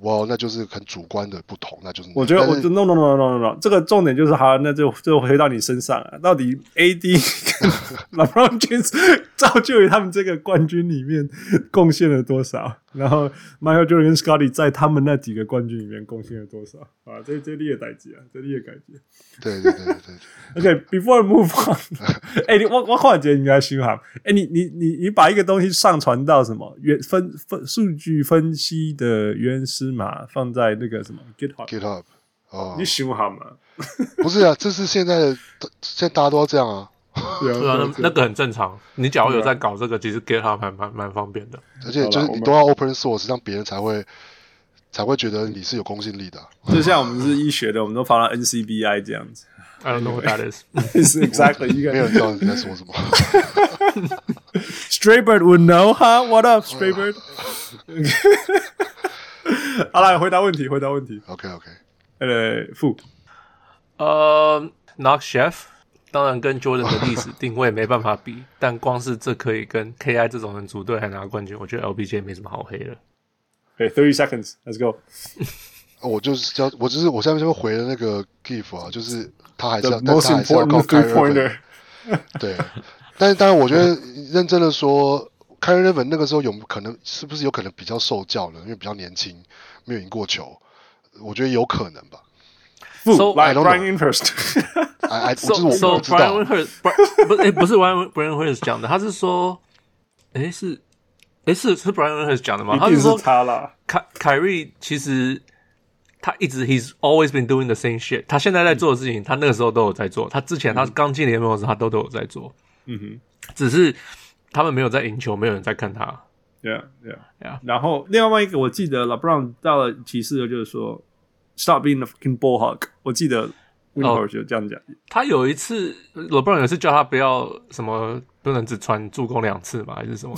Speaker 3: 哇，那就是很主观的不同，那就是那
Speaker 1: 我觉得
Speaker 3: 但
Speaker 1: 我
Speaker 3: 是
Speaker 1: 就 no no no no no no，这个重点就是好，那就就回到你身上了。到底 AD 跟 LeBron James 造就于他们这个冠军里面贡献了多少？然后 Michael Jordan 跟 Scotty 在他们那几个冠军里面贡献了多少？啊，这这列代级啊，这列代级。
Speaker 3: 对对对对对，
Speaker 1: OK，before、move on，哎、你 我我后来觉得你该修好。哎、你你你你把一个东西上传到什么原分分数据分析的原始码放在那个什么 GitHub，
Speaker 3: GitHub 哦
Speaker 1: 你，修好吗？
Speaker 3: 不是啊，这是现在的，现在大家都要这样啊，
Speaker 1: 对
Speaker 2: 对啊，那那个很正常。你假如有
Speaker 1: 对啊
Speaker 2: 在搞这个，其实 GitHub 还蛮蛮方便的。
Speaker 3: 而且就
Speaker 1: 好
Speaker 3: 是
Speaker 1: 啦
Speaker 3: 你
Speaker 1: 我们
Speaker 3: 都要 open source，让别人才会才会觉得你是有公信力的啊、
Speaker 1: 就像我们是医学的，我们都放到 NCBI 这样子。
Speaker 2: I don't know what that is。
Speaker 1: 是 exactly 一
Speaker 3: 没
Speaker 1: 个
Speaker 3: 有人知道你在说什么。
Speaker 1: Straybird would know 哈、huh?，What up Straybird？好了，回答问题，回答问题。
Speaker 3: OK OK，
Speaker 1: 呃，付
Speaker 2: 呃，Knock Chef，当然跟 Jordan 的历史定位没办法比，但光是这可以跟 KI 这种人组队还拿冠军，我觉得 LBJ 没什么好黑的。
Speaker 1: ，OK，thirty、seconds，let's go。
Speaker 3: 哦我就是要，我就是我下面就会回了那个 GIF 啊，就是他还是
Speaker 1: The
Speaker 3: 要，但
Speaker 1: most
Speaker 3: 他还是要
Speaker 1: important
Speaker 3: 靠
Speaker 1: three
Speaker 3: 凯瑞
Speaker 1: pointer。
Speaker 3: 对，但是当然，我觉得认真的说，凯瑞·勒本那个时候有可能是不是有可能比较受教呢？因为比较年轻，没有赢过球，我觉得有可能吧。
Speaker 1: 付
Speaker 2: So-
Speaker 1: 来
Speaker 3: I don't
Speaker 1: Brian Interest。
Speaker 3: 哎哎，我
Speaker 2: So
Speaker 3: 就是我
Speaker 2: so
Speaker 3: 我不知
Speaker 2: Brian
Speaker 3: 道
Speaker 2: Windhurst 不不哎不是 Brian Brian Windhurst 讲的，他是说，哎是哎是是 Brian Windhurst 讲的吗？
Speaker 1: 一
Speaker 2: 他
Speaker 1: 定
Speaker 2: 说
Speaker 1: 是他啦。
Speaker 2: 凯凯瑞其实他一直 he's always been doing the same shit。他现在
Speaker 3: 嗯
Speaker 2: 在做的事情，他那个时候都有在做。他之前他刚进联盟的时候，他都都有在做。
Speaker 1: 嗯
Speaker 2: 只是他们没有在赢球，没有人在看他。
Speaker 1: 哼，Yeah Yeah
Speaker 2: Yeah
Speaker 1: 然后另外一个，我记得 LeBron 到了骑士的就是说，Stop being a fucking ball hog。我记得 w i n h o r 就这样讲。
Speaker 2: 他有一次，罗布朗有一次叫他不要什么，不能只传助攻两次嘛，还是什么？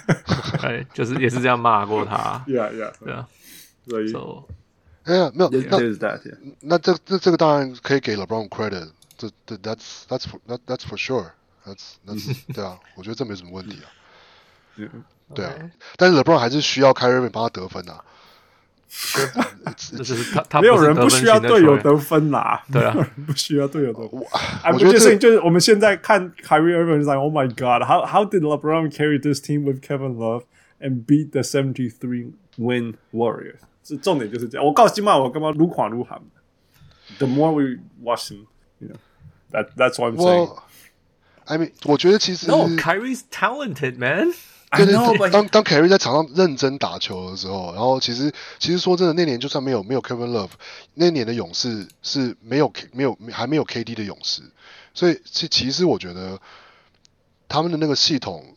Speaker 2: 哎，就是也是这样骂过他。
Speaker 1: Yeah Yeah，
Speaker 2: 对啊，
Speaker 1: 所以
Speaker 2: ，so
Speaker 3: 哎呀，没有，
Speaker 1: There's
Speaker 3: 那
Speaker 1: there's that yeah。
Speaker 3: 那这这这个当然可以给 LeBron credit，这这 that's that's for that, that's for sure。那那对啊，我觉得这没什么问题啊。
Speaker 1: 嗯
Speaker 3: 对啊
Speaker 2: OK，
Speaker 3: 但是 LeBron 还是需要 Kyrie Irving 帮他得分啊。
Speaker 2: 这就是他他
Speaker 1: 没有
Speaker 2: 是
Speaker 1: 人
Speaker 2: 得
Speaker 1: 不
Speaker 2: 分
Speaker 1: 需
Speaker 2: 型
Speaker 1: 要
Speaker 2: 的
Speaker 1: 队
Speaker 2: 球
Speaker 1: 友
Speaker 2: 员
Speaker 1: 得分啦，
Speaker 2: 对啊
Speaker 1: 没有人 不需要队友得分。
Speaker 3: 我
Speaker 1: 哎，
Speaker 3: 我
Speaker 1: 不
Speaker 3: 觉得
Speaker 1: 就
Speaker 3: 这
Speaker 1: 是就是我们现在看 Kyrie Irving 是 like Oh my God，how how did LeBron carry this team with Kevin Love and beat the seventy three win Warriors？这重点就是这样。我告诉今晚我干嘛撸垮撸喊？The more we watch him，you know，that that's what I'm saying。
Speaker 3: 我，I mean，我觉得其实
Speaker 2: No, Kyrie's talented man.
Speaker 1: 哎
Speaker 3: 对对
Speaker 1: no，
Speaker 3: 对，当当 Carry 在场上认真打球的时候，然后其实其实说真的，那年就算没有没有 Kevin Love，那年的勇士是没有 K 没有还没有 KD 的勇士，所以其其实我觉得他们的那个系统，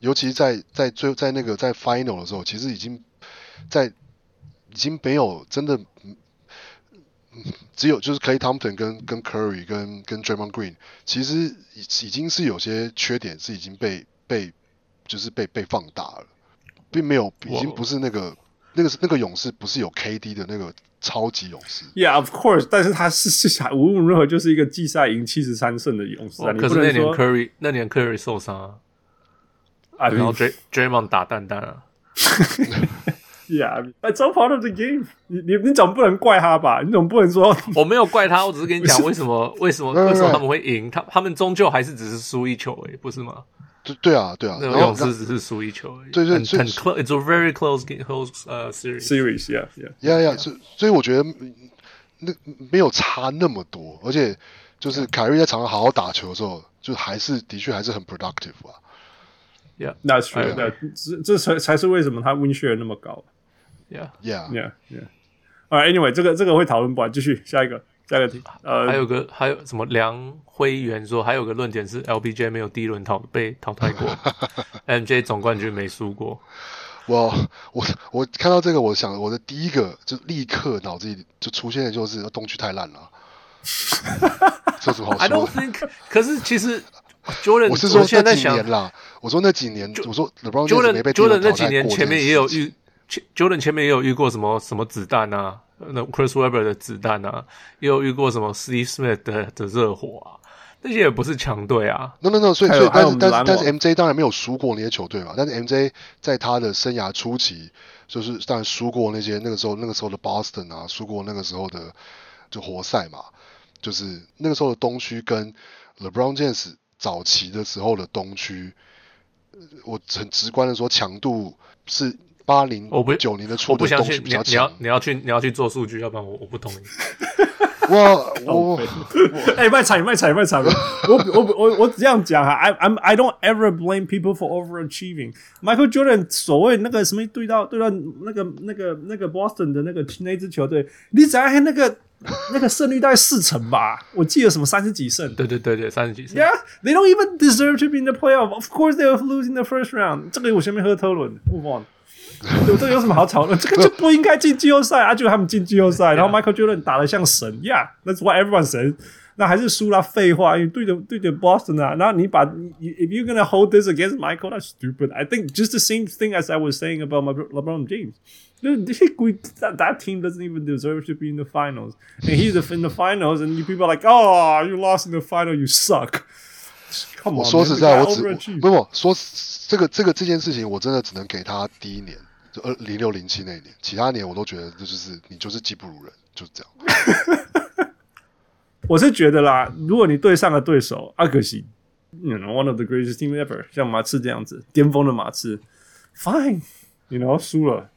Speaker 3: 尤其在在最在那个在 Final 的时候，其实已经在已经没有真的。嗯只有就是 Clay Thompson 跟跟 Curry 跟跟 Draymond Green，其实已已经是有些缺点是已经被被就是被被放大了，并没有，已经
Speaker 2: 哇
Speaker 3: 不是那个那个是那个勇士不是有 KD 的那个超级勇士，
Speaker 1: Yeah, of course，但是他是是无论如何就是一个季赛赢七十三胜的勇士啊，你
Speaker 2: 哦可
Speaker 1: 不
Speaker 2: 是那
Speaker 1: 能
Speaker 2: 年
Speaker 1: 说哎
Speaker 2: Curry 那年 Curry 受伤啊，
Speaker 1: I
Speaker 2: 然后
Speaker 1: mean,
Speaker 2: Dray Draymond 打蛋蛋啊。
Speaker 1: yeah, I mean, that's all part of the game 你。你你总不能怪他吧？你总不能说
Speaker 2: 我没有怪他，我只是跟你讲为什么为什么为什么
Speaker 3: Right, right.
Speaker 2: 他们会赢，他他们终究还是只是输一球而已，不是吗？
Speaker 3: 对对啊对啊，
Speaker 2: 那
Speaker 3: 然
Speaker 2: 个勇
Speaker 3: 后
Speaker 2: 士只是输一球而已，
Speaker 3: 对对
Speaker 2: 很
Speaker 3: 所以
Speaker 2: 很 close，it's a very close game close 呃 series。
Speaker 1: series, yeah, yeah.
Speaker 3: 呀呀，所以所以我觉得嗯那没有差那么多，而且就是凯瑞在场上好好打球的时候，就还是的确还是很 productive 啊。
Speaker 2: Yeah,
Speaker 1: That's true.
Speaker 2: Right.
Speaker 1: That 这这才才是为什么他 win share 那么高。
Speaker 2: yeah.
Speaker 3: Yeah，
Speaker 1: Yeah, yeah. All right, anyway，这个这个会讨论不完，继续下一个下一个题。
Speaker 3: 嗯
Speaker 2: 还
Speaker 1: 呃，
Speaker 2: 有个还有什么梁辉元说，还有个论点是 LBJ 没有第一轮淘被淘汰 过，MJ 总冠军没输过。
Speaker 3: 我我我看到这个，我想我的第一个就立刻脑子里就出现的就是东区太烂了，啊这有什么好
Speaker 2: I
Speaker 3: 说
Speaker 2: don't
Speaker 3: 的？
Speaker 2: think，可 是其实 Jordan，
Speaker 3: 我是说
Speaker 2: 现在
Speaker 3: 那
Speaker 2: 在
Speaker 3: 几
Speaker 2: 想
Speaker 3: 年啦，我说那几年，我说 LeBron James
Speaker 2: Jordan
Speaker 3: 没被第一
Speaker 2: Jordan
Speaker 3: 轮
Speaker 2: 那
Speaker 3: 淘
Speaker 2: 几
Speaker 3: 汰
Speaker 2: 年
Speaker 3: 过这
Speaker 2: 前
Speaker 3: 件
Speaker 2: 面也
Speaker 3: 事
Speaker 2: 有
Speaker 3: 情
Speaker 2: 遇前，Jordan 前面也有遇过什么什么子弹啊，那 Chris Webber 的子弹啊，也有遇过什么 Steve Smith 的的热火啊，那些也不是强队啊。
Speaker 3: No No No，所以
Speaker 1: 还
Speaker 3: 所
Speaker 1: 有
Speaker 3: 以但
Speaker 1: 还有
Speaker 3: 是但是
Speaker 1: 篮
Speaker 3: 但是
Speaker 1: 网
Speaker 3: MJ 当然没有输过那些球队嘛，但是 MJ 在他的生涯初期，就是当然输过那些那个时候那个时候的 Boston 啊，输过那个时候的就活塞嘛，就是那个时候的东区跟 LeBron James 早期的时候的东区，呃我很直观的说，强度是八零
Speaker 2: 我不
Speaker 3: 九零的初
Speaker 2: 我不
Speaker 3: 的
Speaker 2: 相
Speaker 3: 东区
Speaker 2: 信
Speaker 3: 比
Speaker 2: 你
Speaker 3: 较
Speaker 2: 你要
Speaker 3: 强。
Speaker 2: 你要去你要去做数据，要不然我我不同意。
Speaker 3: 我我
Speaker 1: 哎，卖惨卖惨 卖惨！我我我我这样讲哈，I I'm I don't ever blame people for overachieving. Michael Jordan 所谓那个什么对到对到那个那个那个 Boston 的那个那支球队，你只要还那个那个胜率大概四成吧，我记得什么三十几胜。
Speaker 2: 对对对对，三十几岁。
Speaker 1: Yeah, they don't even deserve to be in the playoff. Of course, they will lose in the first round. 这个我前面喝特伦，move on。有这个有什么好讨论？这个就不应该进季后赛啊！就他们进季后赛，然后 Michael Jordan 打得像神，Yeah，that's what everyone says。那还是输了，废话，因为对着对着 Boston 啊，然后你把你你 if you're gonna hold this against Michael, that's stupid. I think just the same thing as I was saying about my LeBron James. Dude, That, that team doesn't even deserve to be in the finals, and he's in the finals, and you people are like, "Oh, you lost in the final, you suck." Come on,
Speaker 3: 我说
Speaker 1: man,
Speaker 3: 实
Speaker 1: the
Speaker 3: 在，
Speaker 1: guy
Speaker 3: 我只
Speaker 1: overachieved.
Speaker 3: 不不说这个这个这件事情，我真的只能给他第一年，就二零六零七那一年，其他年我都觉得这就是你就是技不如人，就是这样。
Speaker 1: 我是觉得啦，如果你对上了对手阿克西，you know one of the greatest team ever，像马刺这样子巅峰的马刺，fine，you know 输了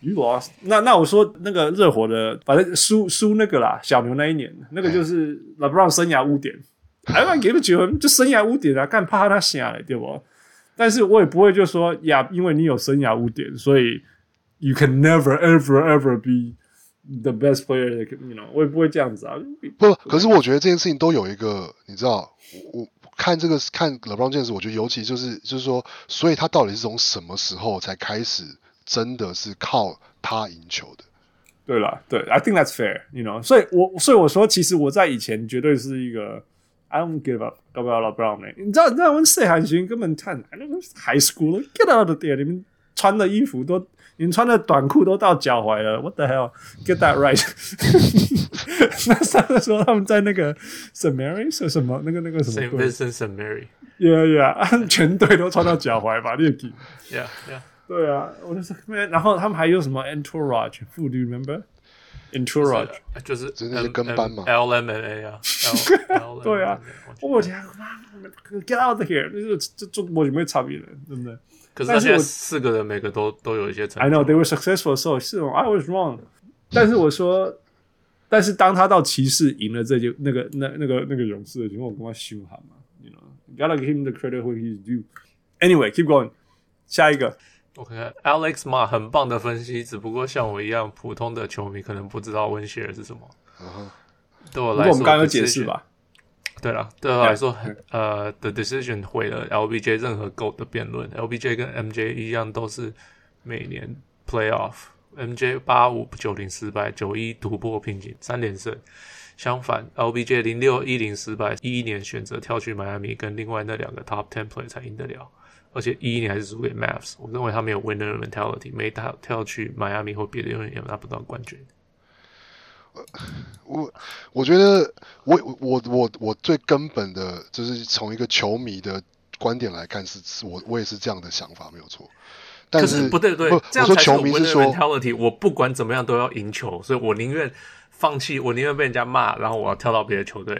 Speaker 1: ，you lost 那。那我说那个热火的，反正输输那个啦，小牛那一年，那个就是 LeBron 生涯污点，I don't give it to him，就生涯污点啊，干怕他下来对不？但是我也不会就说呀，因为你有生涯污点，所以 you can never ever ever be the best player that can- you know，我也不会这样子啊。
Speaker 3: 不，可是我觉得这件事情都有一个，你知道，我我看这个看 LeBron James，我觉得尤其就是就是说，所以他到底是从什么时候才开始真的是靠他赢球的？
Speaker 1: 对了，对，I think that's fair，you know。所以我，所以我说，其实我在以前绝对是一个 I don't give up，搞不好老 Brown 呢？你知道，你知道，我们谁韩星根本看 I don't know high school get out of there，你们穿的衣服都，你们穿的短裤都到脚踝了，what the hell？Get that right 那上的时候他们在那个 St Mary's 或什么那个那个什么
Speaker 2: Saint
Speaker 1: 队
Speaker 2: Vincent Saint Mary。
Speaker 1: ，Yeah Yeah，全队都穿到脚踝吧，猎奇。
Speaker 2: Yeah, yeah.
Speaker 1: 对啊，我就是，然后他们还有什么 entourage 副 do you remember entourage？
Speaker 2: 呃就是
Speaker 3: 真的是跟班嘛
Speaker 2: L M N A 啊 ，L- L M N A，
Speaker 1: 对啊
Speaker 2: 我觉得
Speaker 1: 我天啊，妈，get out of here！就是这中国有没有差别了，对不对
Speaker 2: 可
Speaker 1: 但
Speaker 2: 是他
Speaker 1: 是
Speaker 2: 现在
Speaker 1: 我
Speaker 2: 四个人每个都都有一些成
Speaker 1: ？I know
Speaker 2: 就
Speaker 1: they were successful，so 是哦 I was wrong。但是我说，但是当他到骑士赢了这就那个那那个那个勇士的情况，我跟他羞喊嘛，you know gotta give him the credit where he's due。Anyway，keep going，下一个，
Speaker 2: 我看看 Alex 马很棒的分析，只不过像我一样普通的球迷可能不知道温希尔是什么。
Speaker 3: 啊
Speaker 2: 对我
Speaker 1: 不过
Speaker 2: 来
Speaker 1: 我
Speaker 2: 说，
Speaker 1: 们刚刚有解释？吧？
Speaker 2: 对了，对我来说，呃，The Decision 毁了 LBJ 任何 GO 的辩论。LBJ 跟 MJ 一样，都是每年 Playoff。MJ 八五九零失败，九一突破瓶颈，三连胜。相反，LBJ 零六一零失败，一一年选择跳去迈阿密，跟另外那两个 Top Ten player 才赢得了。而且一一年还是输给 Mavs，我认为他没有 winner mentality，没跳跳去迈阿密或别的永远也拿不到冠军。
Speaker 3: 我我觉得我我我我最根本的，就是从一个球迷的观点来看是，是我我也是这样的想法，没有错。但
Speaker 2: 可是不对，对，这样
Speaker 3: 我说
Speaker 2: 才是
Speaker 3: 球
Speaker 2: 我
Speaker 3: 迷
Speaker 2: winner
Speaker 3: 是说，
Speaker 2: mentality。我不管怎么样都要赢球，所以我宁愿放弃，我宁愿被人家骂，然后我要跳到别的球队，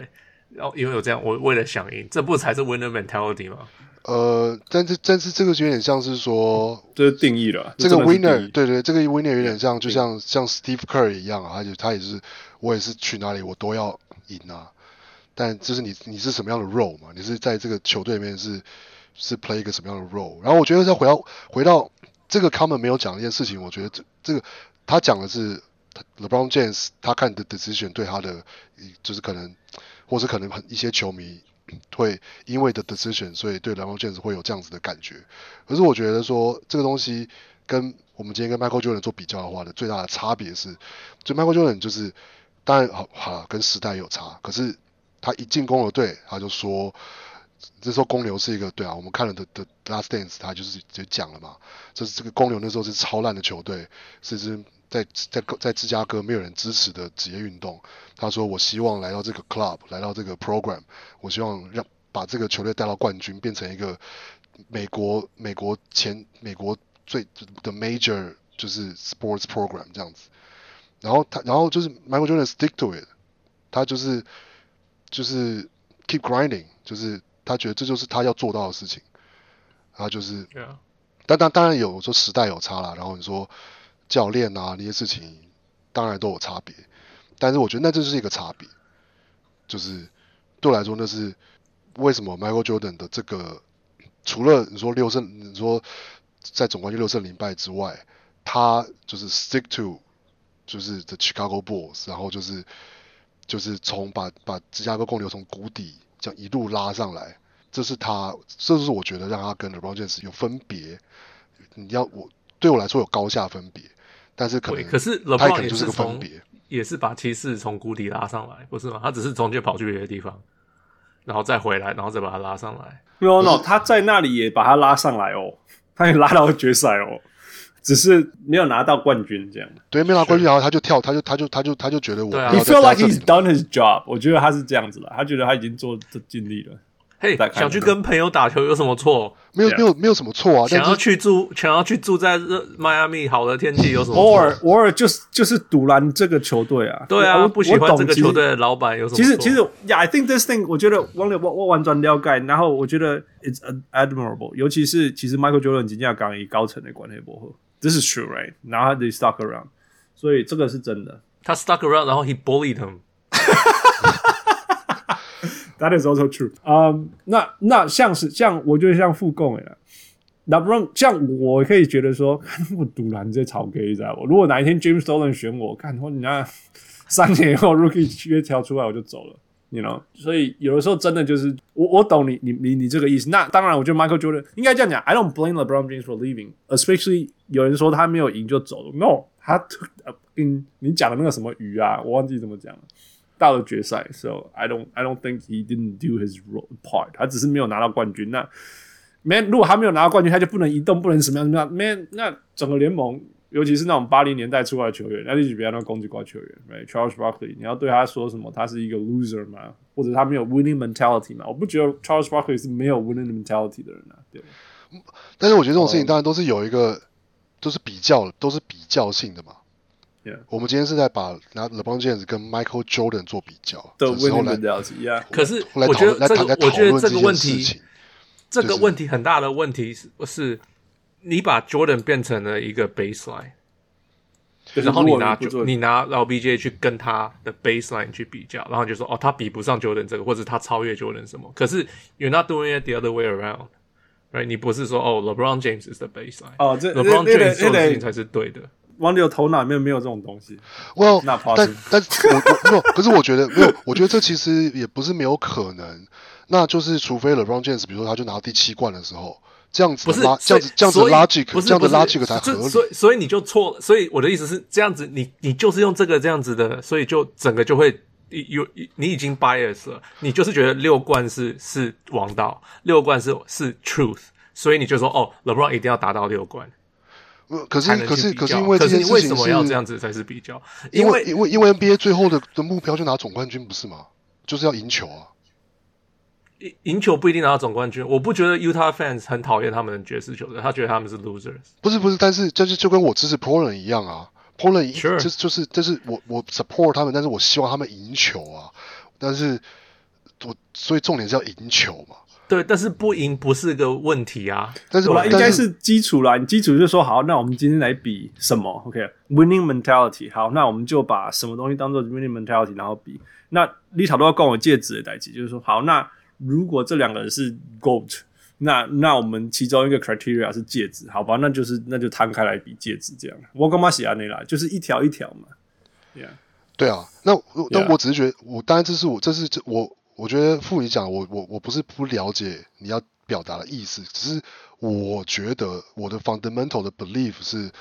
Speaker 2: 然后因为有这样，我为了想赢，这不才是 winner mentality 吗？
Speaker 3: 呃，但是但是这个有点像是说，
Speaker 1: 这是定义了，
Speaker 3: 这个
Speaker 1: 真的是定
Speaker 3: winner，
Speaker 1: 义
Speaker 3: 对对，这个 winner 有点像，就像像 Steve Kerr 一样啊，他就他也是，我也是去哪里我都要赢啊。但就是你你是什么样的 role 嘛？你是在这个球队里面是是 play 一个什么样的 role？然后我觉得再回到回到这个 common 没有讲的一件事情，我觉得这这个他讲的是他 LeBron James 他看的 decision 对他的就是可能，或是可能很一些球迷会因为的 decision，所以对 LeBron James 会有这样子的感觉。可是我觉得说这个东西跟我们今天跟 Michael Jordan 做比较的话的最大的差别是，就 Michael Jordan 就是当然好好啦跟时代有差，可是他一进公牛队他就说。这时候公牛是一个对啊，我们看了的的 Last Dance，他就是就讲了嘛，就是这个公牛那时候是超烂的球队，甚至在在在芝加哥没有人支持的职业运动。他说：“我希望来到这个 club，来到这个 program，我希望让把这个球队带到冠军，变成一个美国美国前美国最的 major 就是 sports program 这样子。”然后他，然后就是 Michael Jordan stick to it，他就是就是 keep grinding，就是他觉得这就是他要做到的事情。他就是
Speaker 2: 对啊，
Speaker 3: 但当当然有说时代有差啦，然后你说教练啊那些事情，当然都有差别。但是我觉得那就是一个差别，就是对我来说那是为什么 Michael Jordan 的这个除了你说六胜，你说在总冠军六胜零败之外，他就是 stick to 就是 the Chicago Bulls，然后就是就是从把把芝加哥公牛从谷底这样一路拉上来，这是他，这就是我觉得让他跟 LeBron James 有分别。你要我对我来说有高下分别，但是可
Speaker 2: 对，
Speaker 3: 能
Speaker 2: 可是
Speaker 3: 他
Speaker 2: LeBron
Speaker 3: 也可能
Speaker 2: 也
Speaker 3: 就是个分
Speaker 2: 从
Speaker 3: 别。
Speaker 2: 也是把骑士从谷底拉上来，不是吗？他只是中间跑去别的地方，然后再回来，然后再把他拉上来。
Speaker 1: No
Speaker 3: 不
Speaker 1: No，他在那里也把他拉上来哦，他也拉到决赛哦，只是没有拿到冠军这样。
Speaker 3: 对，没拿冠军，然后他就跳，他就他就他就他就觉得我不
Speaker 2: 对啊
Speaker 3: 要
Speaker 1: He
Speaker 3: 再
Speaker 1: feel
Speaker 3: 待
Speaker 1: like
Speaker 3: 这里
Speaker 1: he's
Speaker 3: 了。
Speaker 1: done his job。我觉得他是这样子的，他觉得他已经做做尽力了。
Speaker 2: 嘿、
Speaker 1: 再看
Speaker 2: 想去跟朋友打球有什么错？
Speaker 3: 没有
Speaker 1: Yeah
Speaker 3: 没有没有什么错啊，
Speaker 2: 想
Speaker 3: 但
Speaker 2: 要
Speaker 3: 是
Speaker 2: 去住，想要去住在热迈阿密好的天气有什么
Speaker 1: 偶
Speaker 2: 错？
Speaker 1: 尔偶尔就是就是堵拦这个球队啊。
Speaker 2: 对啊，
Speaker 1: 我
Speaker 2: 不喜
Speaker 1: 我
Speaker 2: 欢
Speaker 1: 懂
Speaker 2: 这个
Speaker 1: 其实
Speaker 2: 球队的老板有什么
Speaker 1: 其实
Speaker 2: 错
Speaker 1: 其实，Yeah，I think this thing，我觉得网友我我完全了解，然后我觉得 it's ad- admirable，尤其是其实 Michael Jordan 真正刚以高层的关系磨合，This is true right，然后他 they stuck around，所以这个是真的。
Speaker 2: 他 stuck around，然后 he bullied him。
Speaker 1: That is also true。嗯，那那像是像我觉得像复供哎了。那不然像我可以觉得说，看我赌篮这草根，你知道我如果哪一天 James Dolan 选我，看或你那三年以后 Rookie 约条出来我就走了，you know。所以有的时候真的就是我我懂你你你你这个意思。那当然，我觉得 Michael Jordan 应该这样讲，I don't blame LeBron James for leaving，especially 有人说他没有赢就走了，no，他 took up in 你讲的那个什么鱼啊，我忘记怎么讲了。到了决赛，so I don't I don't think he didn't do his ro- part，他只是没有拿到冠军。那 man 如果他没有拿到冠军，他就不能移动，不能什么样什么样。man 那整个联盟，尤其是那种八零年代出来的球员，那你就不要那攻击挂球员，right？Charles Barkley，你要对他说什么？他是一个 loser 吗？或者他没有 winning mentality 吗？我不觉得 Charles Barkley 是没有 winning mentality 的人啊，对。
Speaker 3: 但是我觉得
Speaker 2: 哦
Speaker 3: 这种事情当然都是有一个，都是比较，都是比较性的嘛。
Speaker 1: Yeah
Speaker 3: 我们今天是在把拿 LeBron James 跟 Michael Jordan 做比较，
Speaker 1: 的
Speaker 3: 之后
Speaker 1: winning
Speaker 3: 来
Speaker 1: mentality，yeah。
Speaker 2: 可是
Speaker 3: 来
Speaker 2: 我觉得
Speaker 3: 讨
Speaker 2: 这
Speaker 3: 来讨
Speaker 2: 个
Speaker 3: 来，
Speaker 2: 我
Speaker 3: 讨
Speaker 2: 觉得
Speaker 3: 论
Speaker 2: 这个问
Speaker 3: 件事
Speaker 2: 题
Speaker 3: 情，。
Speaker 2: 这
Speaker 3: 就
Speaker 2: 个
Speaker 3: 是
Speaker 2: 问题很大的问题是是，你把 Jordan 变成了一个 baseline，
Speaker 1: 就是
Speaker 2: 然后
Speaker 1: 如
Speaker 2: 你
Speaker 1: 果
Speaker 2: 拿
Speaker 1: 不做
Speaker 2: 你拿老 BJ 去跟他的 baseline 去比较，然后你就说哦，他比不上 Jordan 这个，或者他超越 Jordan 什么。可是 you're not doing it the other way around，right？你不是说哦，LeBron James is the baseline，
Speaker 1: 哦这
Speaker 2: LeBron
Speaker 1: 这这得
Speaker 2: James 做
Speaker 1: 这
Speaker 2: 的
Speaker 1: 得
Speaker 2: 事情才是对的。
Speaker 1: 王柳头脑里面没有这种东西。
Speaker 3: Well，
Speaker 1: Not possible.
Speaker 3: 但但是我我没有，可是我觉得没有，我觉得这其实也不是没有可能，那就是除非 LeBron James，比如说他就拿到第七冠的时候，这样子
Speaker 2: 不
Speaker 3: 的
Speaker 2: 是
Speaker 3: 拉这
Speaker 2: 所以
Speaker 3: 样子这样子
Speaker 2: 所以
Speaker 3: logic
Speaker 2: 不是
Speaker 3: 这样的
Speaker 2: 不是
Speaker 3: logic 才
Speaker 2: 所
Speaker 3: 合理。
Speaker 2: 所以所以你就错了。所以我的意思是这样子，你你就是用这个这样子的，所以就整个就会有你已经 bias 了，你就是觉得六冠是是王道，六冠是是 truth，所以你就说哦，LeBron 一定要达到六冠。
Speaker 3: 呃可是
Speaker 2: 才能去
Speaker 3: 可是
Speaker 2: 比较
Speaker 3: 可是因为这
Speaker 2: 可是
Speaker 3: 件
Speaker 2: 你
Speaker 3: 事
Speaker 2: 为
Speaker 3: 情
Speaker 2: 什么
Speaker 3: 是
Speaker 2: 要这样子才是比较？
Speaker 3: 因
Speaker 2: 为
Speaker 3: 因为因为 NBA 最后的的目标就拿总冠军不是吗？就是要赢球啊。
Speaker 2: 赢赢球不一定拿到总冠军。我不觉得 Utah fans 很讨厌他们的爵士球队，他觉得他们是 losers。
Speaker 3: 不是不是，但是但是就跟我支持 Poland 一样啊，Poland 一
Speaker 2: Sure
Speaker 3: 就是就是就是我我 support 他们，但是我希望他们赢球啊，但是我所以重点是要赢球嘛。
Speaker 2: 对，但是不赢不是个问题啊。
Speaker 3: 但是
Speaker 1: 好啦，应
Speaker 3: 但
Speaker 1: 该
Speaker 3: 是
Speaker 1: 是基础啦。你基础就说好，那我们今天来比什么？OK，winning、mentality。好，那我们就把什么东西当做 winning mentality，然后比。那立塔都要跟我戒指的代际，就是说好，那如果这两个人是 gold，那那我们其中一个 criteria 是戒指，好吧？那就是那就摊开来比戒指这样。我干嘛写安内啦？就是一条一条嘛。Yeah，
Speaker 3: 对啊，那我但
Speaker 1: Yeah
Speaker 3: 我只是觉得，我当然这是我这是这我我觉得傅你讲，我我我不是不了解你要表达的意思，只是我觉得我的 fundamental 的 belief 是，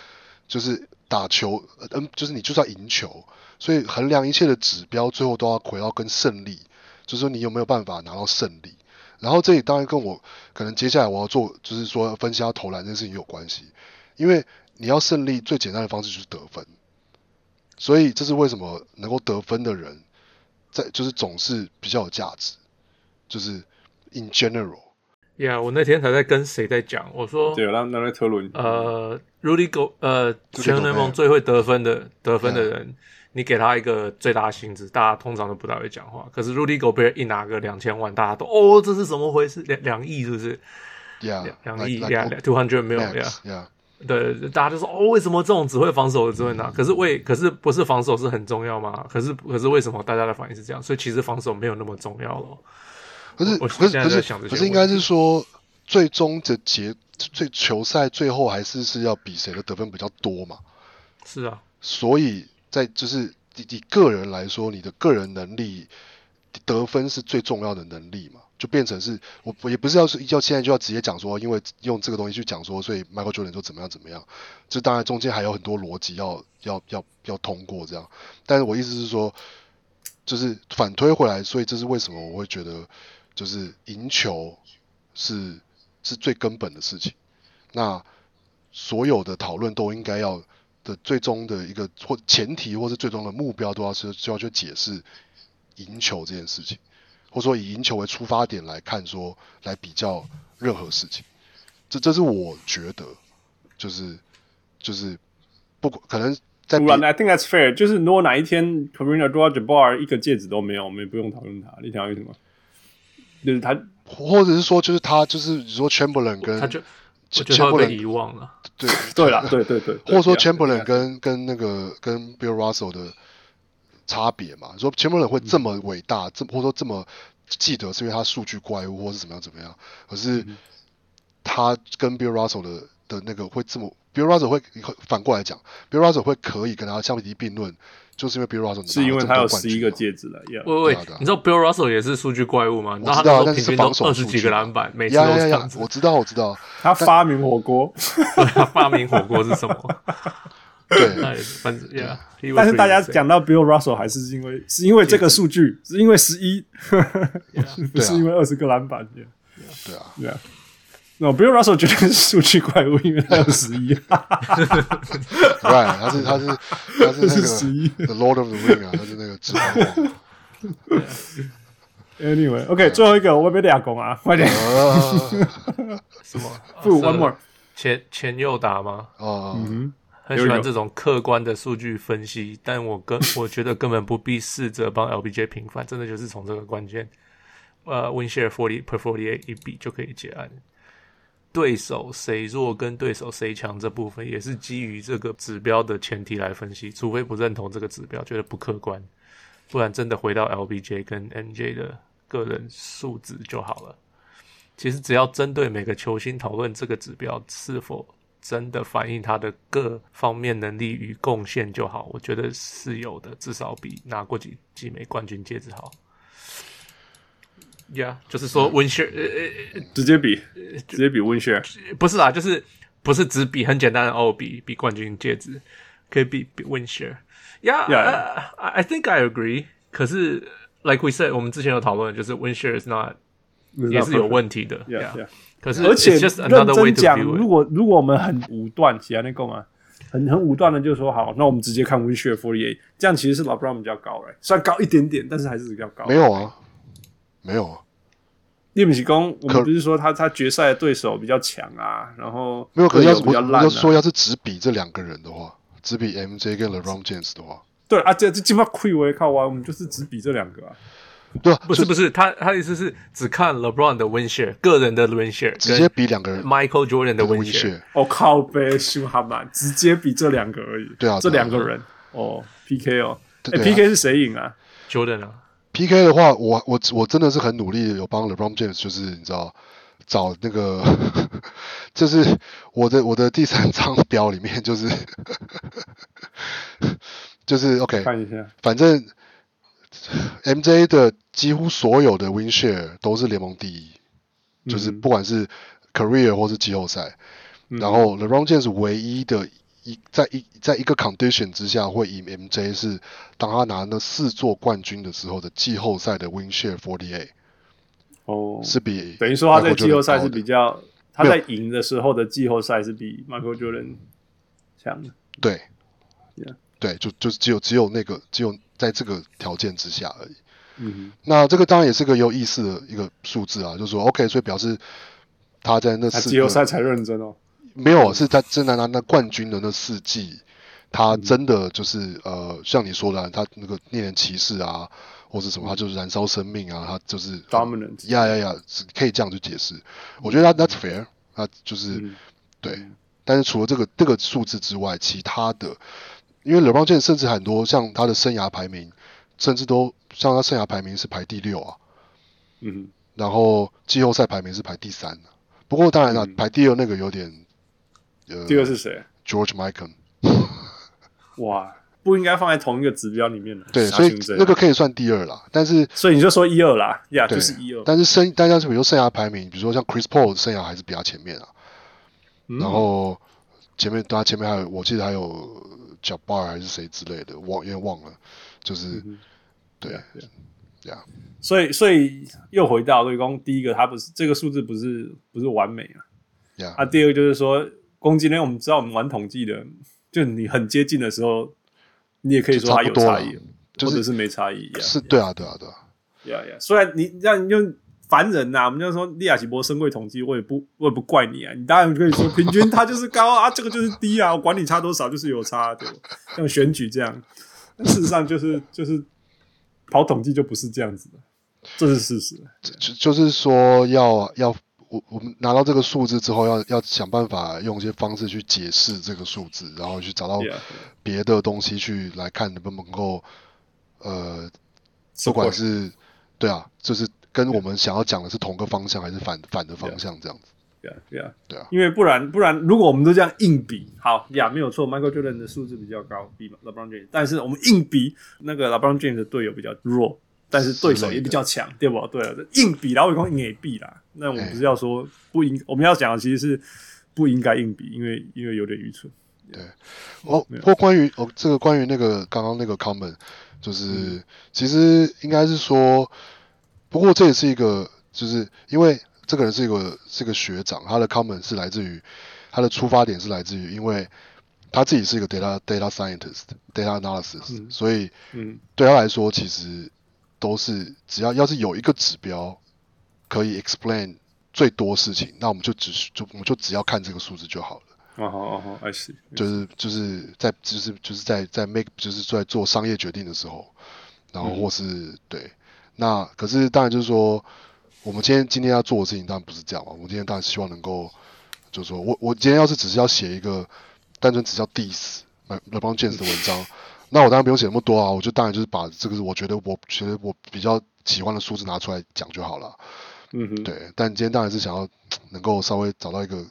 Speaker 3: 就是打球，呃嗯，就是你就是要赢球，所以衡量一切的指标最后都要回到跟胜利，就是说你有没有办法拿到胜利。然后这里当然跟我可能接下来我要做，就是说分析他投篮这件事情有关系，因为你要胜利最简单的方式就是得分。所以这是为什么能够得分的人，在就是总是比较有价值，就是 in general。
Speaker 2: Yeah，我那天才在跟谁在讲，我说
Speaker 1: 对，那那个特伦，
Speaker 2: 呃，Rudy Go 呃，全联
Speaker 3: Gobert
Speaker 2: 盟最会得分的得分的人，你给他一个最大的薪资，大家通常都不太会讲话。可是 Rudy Gobert 一拿个两千万，大家都哦，这是怎么回事？两两亿是不是？
Speaker 3: Yeah，
Speaker 2: 两两亿
Speaker 3: like- like
Speaker 2: ，Yeah，two hundred million，Yeah。
Speaker 3: Max, yeah，
Speaker 2: 对，大家就说哦，为什么这种只会防守的只会
Speaker 3: Mm
Speaker 2: 拿？可是为可是不是防守是很重要吗？可是可是为什么大家的反应是这样？所以其实防守没有那么重要了。
Speaker 3: 可是
Speaker 2: 我
Speaker 3: 可
Speaker 2: 现在
Speaker 3: 是
Speaker 2: 在
Speaker 3: 可是
Speaker 2: 想这些
Speaker 3: 可是应该是说，最终的结最球赛最后还是是要比谁的得分比较多嘛。
Speaker 2: 是啊，
Speaker 3: 所以在就是以以个人来说，你的个人能力得分是最重要的能力嘛，就变成是我我也不是要是要现在就要直接讲说，因为用这个东西去讲说，所以 Michael Jordan 就怎么样怎么样，这当然中间还有很多逻辑要要要要通过这样，但是我意思是说，就是反推回来，所以这是为什么我会觉得就是赢球是是最根本的事情，那所有的讨论都应该要的最终的一个或前提，或是最终的目标，都要是就要去解释赢球这件事情，或者说以赢球为出发点来看说来比较任何事情。这这是我觉得，就是就是不管可能在
Speaker 1: 突
Speaker 3: 别
Speaker 1: 然，I think that's fair。就是如果哪一天 Karina d r a j a b a r 一个戒指都没有，我们也不用讨论他。你想要什么？就是他
Speaker 3: 或者是说就是他就是你说 Chamberlain 跟
Speaker 2: 他就我觉得他会被
Speaker 3: Chamberlain
Speaker 2: 遗忘了。
Speaker 3: 对
Speaker 1: 对啦，对对对，
Speaker 3: 或者
Speaker 1: 对
Speaker 3: 说
Speaker 1: 啊
Speaker 3: Chamberlain 跟跟那个跟 Bill Russell 的差别嘛，说 Chamberlain 会这
Speaker 1: 嗯
Speaker 3: 么伟大，这么或者说这么记得，是因为他数据怪物或是怎么样怎么样，可是
Speaker 1: 嗯
Speaker 3: 他跟 Bill Russell 的的那个会这么，Bill Russell 会反过来讲，Bill Russell 会可以跟他相提并论，就是因为 Bill Russell
Speaker 1: 是因为
Speaker 3: 他
Speaker 1: 他有十一个，戒指了，Yeah，
Speaker 2: 喂喂
Speaker 3: 对啊对啊，
Speaker 2: 你知道 Bill Russell 也是数据怪物吗？你知道他
Speaker 3: 知道
Speaker 2: 那时候
Speaker 3: 但是
Speaker 2: 平均
Speaker 3: 是
Speaker 2: 都
Speaker 3: 防守
Speaker 2: 二
Speaker 3: 数
Speaker 2: 十
Speaker 3: 据
Speaker 2: 几个篮板，每次
Speaker 3: 呀
Speaker 2: 都是
Speaker 3: 呀
Speaker 2: 这
Speaker 3: 呀
Speaker 2: 样，子
Speaker 3: 我。知道我知道，
Speaker 1: 他发明火锅，
Speaker 2: 他 发明火锅是什么？
Speaker 3: 对，
Speaker 2: 那也是反正 yeah，he was
Speaker 1: 但是大家
Speaker 2: really insane
Speaker 1: 讲到 Bill Russell 还是因为是因为这个数据，是因为十一，不是因为二十个篮板，Yeah，
Speaker 3: 啊对啊，
Speaker 1: Yeah 那、Bill Russell 绝对是数据怪物，因为他有十一，啊
Speaker 3: ，right？他是他是他是
Speaker 1: 这是十
Speaker 3: 那
Speaker 1: 一。
Speaker 3: 个 The Lord of the Ring 啊，他是那个指环 王。
Speaker 1: Anyway，OK，、最后一个我被俩攻啊，快点，
Speaker 3: 啊
Speaker 2: 什么？啊
Speaker 1: 不
Speaker 2: 是
Speaker 1: ，One more，
Speaker 2: 前前右打吗？
Speaker 3: 啊，
Speaker 2: 很喜欢这种客观的数据分析，但我根我觉得根本不必试着帮 LBJ 平反，真的就是从这个关键，呃，win share forty per forty eight 一比就可以结案。对手谁弱跟对手谁强这部分也是基于这个指标的前提来分析，除非不认同这个指标，觉得不客观，不然真的回到 LBJ 跟 MJ 的个人数值就好了。其实只要针对每个球星讨论这个指标是否真的反映他的各方面能力与贡献就好，我觉得是有的，至少比拿过几几枚冠军戒指好。Yeah，就是啊说温雪，呃
Speaker 1: 直接比，直接比 Win Share，
Speaker 2: 呃，不是啦，就是不是只比很简单的哦，比比冠军戒指，可以比比 win share。Yeah,
Speaker 1: Yeah.
Speaker 2: uh, I I think I agree. 可是，like we said，我们之前有讨论，就是 win share is not 也是有问题的。
Speaker 1: Yeah, yeah.
Speaker 2: 可是啊
Speaker 1: 而且
Speaker 2: it's just
Speaker 1: 认
Speaker 2: another way
Speaker 1: 真
Speaker 2: to
Speaker 1: 讲，
Speaker 2: view
Speaker 1: 如
Speaker 2: it。
Speaker 1: 果如果我们很武断，喜欢那个嘛，很很武断的就说好，那我们直接看 Win Share Forty Eight，这样其实是老 Brown 比较高嘞、欸，虽然高一点点，但是还是比较高。
Speaker 3: 没有啊，没有啊，
Speaker 1: 叶米奇公，我
Speaker 3: 可
Speaker 1: 们不是说他他决赛的对手比较强啊，然后
Speaker 3: 没有。可
Speaker 1: 队
Speaker 3: 是要
Speaker 1: 友
Speaker 3: 是
Speaker 1: 比
Speaker 3: 我
Speaker 1: 较
Speaker 3: 我
Speaker 1: 烂、
Speaker 3: 要
Speaker 1: 啊。
Speaker 3: 说，要是只比这两个人的话，只比 MJ 跟 LeBron James 的话，
Speaker 1: 对啊，这这基本上亏为靠啊，我们就是只比这两个啊。
Speaker 3: 对啊，
Speaker 2: 不是
Speaker 3: 就
Speaker 2: 不是，他他的意思是只看 LeBron 的 win share，个人的 win share，
Speaker 3: 直接比两个人
Speaker 2: 跟 Michael Jordan 的 win
Speaker 3: win
Speaker 2: share。
Speaker 3: share，
Speaker 1: 哦靠背修哈曼，直接比这两个而已。
Speaker 3: 对啊
Speaker 1: 这
Speaker 3: 对啊
Speaker 1: 两个人哦 PK 哦，哎
Speaker 3: 对啊
Speaker 1: PK 是谁赢啊？
Speaker 2: Jordan 啊，
Speaker 3: PK 的话，我我我真的是很努力地有帮 LeBron James，就是你知道找那个， 就是我的我的第三张 表里面就是就是 OK，
Speaker 1: 看一下，
Speaker 3: 反正 MJ 的几乎所有的 win share 都是联盟第一，
Speaker 1: 嗯
Speaker 3: 就是不管是 career 或是季后赛。
Speaker 1: 嗯
Speaker 3: 然后 LeBron James 唯一的一在一在一个 condition 之下会赢 MJ 是当他拿那四座冠军的时候的季后赛的 win share forty eight
Speaker 1: 哦，
Speaker 3: 是比
Speaker 1: 等于说他在
Speaker 3: Michael Jordan
Speaker 1: 季后赛是
Speaker 3: 高的
Speaker 1: 比较他
Speaker 3: 没
Speaker 1: 在
Speaker 3: 有
Speaker 1: 赢的时候的季后赛是比 Michael Jordan 强的。
Speaker 3: 对
Speaker 1: Yeah
Speaker 3: 对，就就是只有只有那个只有在这个条件之下而已。
Speaker 1: 嗯
Speaker 3: 那这个当然也是个有意思的一个数字啊，就是说 OK，所以表示他在那
Speaker 1: 哼，他
Speaker 3: 四
Speaker 1: 季后
Speaker 3: 个
Speaker 1: 赛才认真哦。
Speaker 3: 没有，是他真的拿那冠军的那四季，他真的就是、呃，像你说的啊，他那个猎人骑士啊，或是什么，他就是燃烧生命啊，他就是
Speaker 1: Dominant
Speaker 3: 呀呀呀，是可以这样去解释。我觉得他 that's fair，他就是、
Speaker 1: 嗯
Speaker 3: 对。但是除了这个这个数字之外，其他的，因为 LeBron James 甚至很多像他的生涯排名，甚至都像他生涯排名是排第六啊，
Speaker 1: 嗯
Speaker 3: 然后季后赛排名是排第三。啊不过当然了，
Speaker 1: 嗯
Speaker 3: 排第二那个有点，呃，
Speaker 1: 哼，第二是谁？
Speaker 3: George Mikan，
Speaker 1: 哇，不应该放在同一个指标里面的。
Speaker 3: 对，
Speaker 1: 杀
Speaker 3: 所以
Speaker 1: 青啊者
Speaker 3: 那个可以算第二啦。但是
Speaker 1: 所以你就说一二啦，呀，
Speaker 3: 对，
Speaker 1: 啊就是一二。
Speaker 3: 但是生大家是比如说生涯排名，比如说像 Chris Paul 生涯还是比他前面啊。
Speaker 1: 嗯
Speaker 3: 然后前面他前面还有，我记得还有 Jabbar 还是谁之类的，忘有点忘了。就是、
Speaker 1: 嗯
Speaker 3: 对啊
Speaker 1: 所以，所以又回到对公，第一个它不是这个数字不是不是完美啊，
Speaker 3: 呀
Speaker 1: 啊，第二个就是说，公斤呢，我们知道我们玩统计的，就你很接近的时候，你也可以说它有差异，
Speaker 3: 就差不多啦就是
Speaker 1: 或者是没差异一样。
Speaker 3: 是对啊，对啊，对啊，
Speaker 1: 呀呀，虽然你让你用凡人呐、我们就说利亚奇博深贵统计，我也不我也不怪你啊，你当然可以说平均它就是高啊，这个就是低啊，我管你差多少就是有差、啊，对吧？像选举这样，但事实上就是就是跑统计就不是这样子的，这是事实。
Speaker 3: 就啊就就是说要要我我们拿到这个数字之后，要要想办法用一些方式去解释这个数字，然后去找到
Speaker 1: Yeah, yeah.
Speaker 3: 别的东西去来看能不能够呃不
Speaker 1: 不
Speaker 3: 管是对啊，就是跟我们想要讲的是同个方向，还是反反的方向这样子。
Speaker 1: 对啊，对啊，
Speaker 3: 对啊
Speaker 1: 因为不然不然，如果我们都这样硬比，好呀，没有错，Michael Jordan 的数字比较高，比 LeBron James，但是我们硬比那个 LeBron James 的队友比较弱，但是对手也比较强，对不？对啊，硬比，然后我讲也比啦。那我们不是要说不应，我们要讲的其实是不应该硬比，因为因为有点愚蠢。
Speaker 3: 哦，不过关于哦这个关于那个刚刚那个 comment，就是、
Speaker 1: 嗯
Speaker 3: 其实应该是说，不过这也是一个，就是因为这个人是一个是一个学长，他的 comment 是来自于他的出发点是来自于，因为他自己是一个 data data scientist data analysis，、
Speaker 1: 嗯
Speaker 3: 所以
Speaker 1: 嗯
Speaker 3: 对他来说，其实都是只要要是有一个指标可以 explain 最多事情，那我们就只是就我们就只要看这个数字就好了。
Speaker 1: 哦好哦好，I see，
Speaker 3: 就是就是在就是就是在在 make 就是在做商业决定的时候，然后或是、对，那可是当然就是说，我们今天今天要做的事情当然不是这样嘛，我们今天当然希望能够，就是说我我今天要是只是要写一个单纯只叫 diss Le- LeBron James 的文章，那我当然不用写那么多啊，我就当然就是把这个我觉得我觉得我比较喜欢的数字拿出来讲就好了。
Speaker 1: 嗯哼，
Speaker 3: 对，但今天当然是想要能够稍微找到一个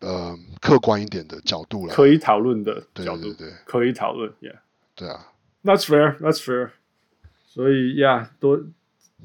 Speaker 3: 呃客观一点的角度来
Speaker 1: 可以讨论的
Speaker 3: 对
Speaker 1: 角度
Speaker 3: 对，对
Speaker 1: 可以讨论，Yeah。
Speaker 3: 对啊，
Speaker 1: That's fair, that's fair。所以呀，多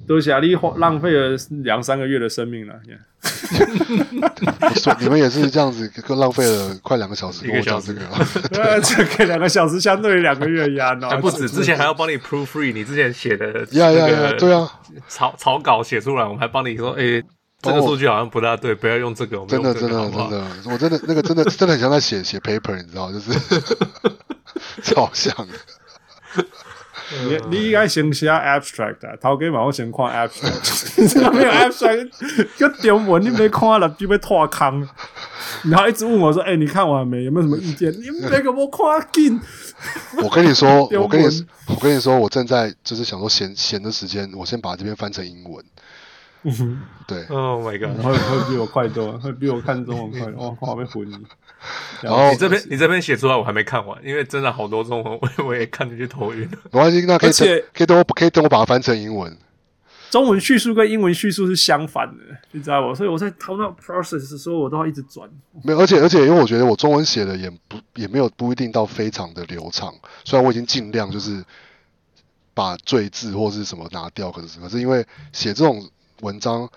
Speaker 1: 多谢啊你花浪费了两三个月的生命了。Yeah.
Speaker 3: 不错，你们也是这样子，浪费了快两个小时
Speaker 2: 一
Speaker 3: 跟我
Speaker 2: 个
Speaker 3: 讲
Speaker 2: 小
Speaker 3: 这
Speaker 2: 时
Speaker 3: 个，
Speaker 1: 呃，这个两个小时相对于两啊个月哦呀，喏
Speaker 2: 还哎不止，之前还要帮你 proofread 你之前写的
Speaker 3: 呀呀
Speaker 2: 那
Speaker 3: 呀，
Speaker 2: 个
Speaker 3: 对啊，
Speaker 2: 草草稿写出来，我们还帮你说，诶，这个数据好像不大对，不要用这个，我们
Speaker 3: 真
Speaker 2: 用
Speaker 3: 的
Speaker 2: 这
Speaker 3: 真
Speaker 2: 个好
Speaker 3: 的
Speaker 2: 不
Speaker 3: 真
Speaker 2: 好？
Speaker 3: 的，我真的那个真 的真的很像在写写 paper，你知道，就是 超像的，
Speaker 1: 你你应该先写 abstract 啊，头家嘛我先看 abstract，没有 abstract，个中文你没看了就被拖坑。然后一直问我说：“哎、你看完没？有没有什么意见？”你没给我看紧，
Speaker 3: 我跟你说，
Speaker 1: 丢
Speaker 3: 我跟你
Speaker 1: 文
Speaker 3: 我跟你说，我正在就是想说闲闲的时间，我先把这边翻成英文，
Speaker 2: 嗯
Speaker 3: 对，
Speaker 2: Oh my god！
Speaker 1: 会会比我快多，会比我看中文快。哦我靠，被混你。
Speaker 3: 然后
Speaker 2: 你这边你这边写出来我还没看完，因为真的好多中文我我也看进去头晕了。
Speaker 3: 没关系，那可以
Speaker 1: 而且
Speaker 3: 等可以等我可以等我把它翻成英文，
Speaker 1: 中文叙述跟英文叙述是相反的，你知道吗？所以我在头脑 process 的时候，我都要一直转。
Speaker 3: 没有，而且而且，因为我觉得我中文写的也不也没有不一定到非常的流畅，虽然我已经尽量就是把赘字或是什么拿掉，可是可是因为写这种文章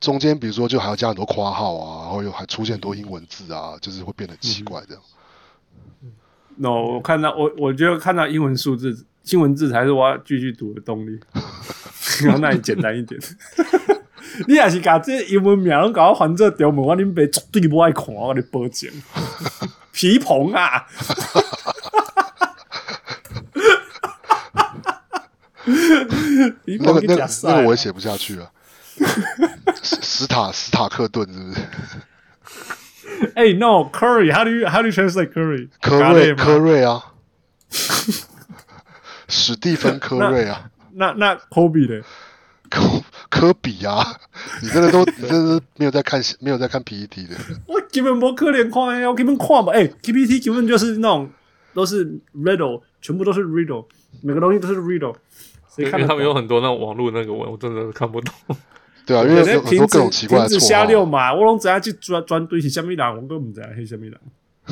Speaker 3: 中间，比如说就还要加很多括号啊，然后又还出现很多英文字啊，就是会变得很奇怪这样。
Speaker 1: no，我看到我我就看到英文数字、英文字才是我要继续读的动 力。然后那你简单一点， 你也是把这英文名拢搞到翻这中文，我恁爸绝对不爱看，我跟你保证。皮蓬 啊！皮
Speaker 3: 那
Speaker 1: 蓬
Speaker 3: 个
Speaker 1: 去
Speaker 3: 那
Speaker 1: 假
Speaker 3: 个
Speaker 1: 赛
Speaker 3: 那
Speaker 1: 啊
Speaker 3: 个我也写不下 去了。史史塔史塔克顿是不是？
Speaker 1: Hey, no, curry. How do you how do you translate curry?
Speaker 3: 科
Speaker 1: 咖喱
Speaker 3: 瑞
Speaker 1: 吗
Speaker 3: 科瑞啊，史蒂芬科瑞啊。
Speaker 1: 那那 Kobe 的
Speaker 3: 科科比啊，你真的都你真的是没有在看没有在看 PET 的，
Speaker 1: 我根本不可怜看呀，我根本看吧。哎、k p t 根本就是那种都是 riddle，全部都是 riddle，每个东西都是 riddle。谁
Speaker 2: 因
Speaker 1: 看
Speaker 2: 为
Speaker 1: 得
Speaker 2: 他
Speaker 1: 懂
Speaker 2: 们有很多那种网络那个文，我真的看不懂。
Speaker 3: 对啊，因为
Speaker 1: 在
Speaker 3: 有很
Speaker 1: 停
Speaker 3: 多
Speaker 1: 止
Speaker 3: 各种奇怪的
Speaker 1: 停止瞎
Speaker 3: 绰
Speaker 1: 溜
Speaker 3: 号。啊
Speaker 1: 嘛，我拢知影去专专队是虾米人，我都唔知影是虾米人。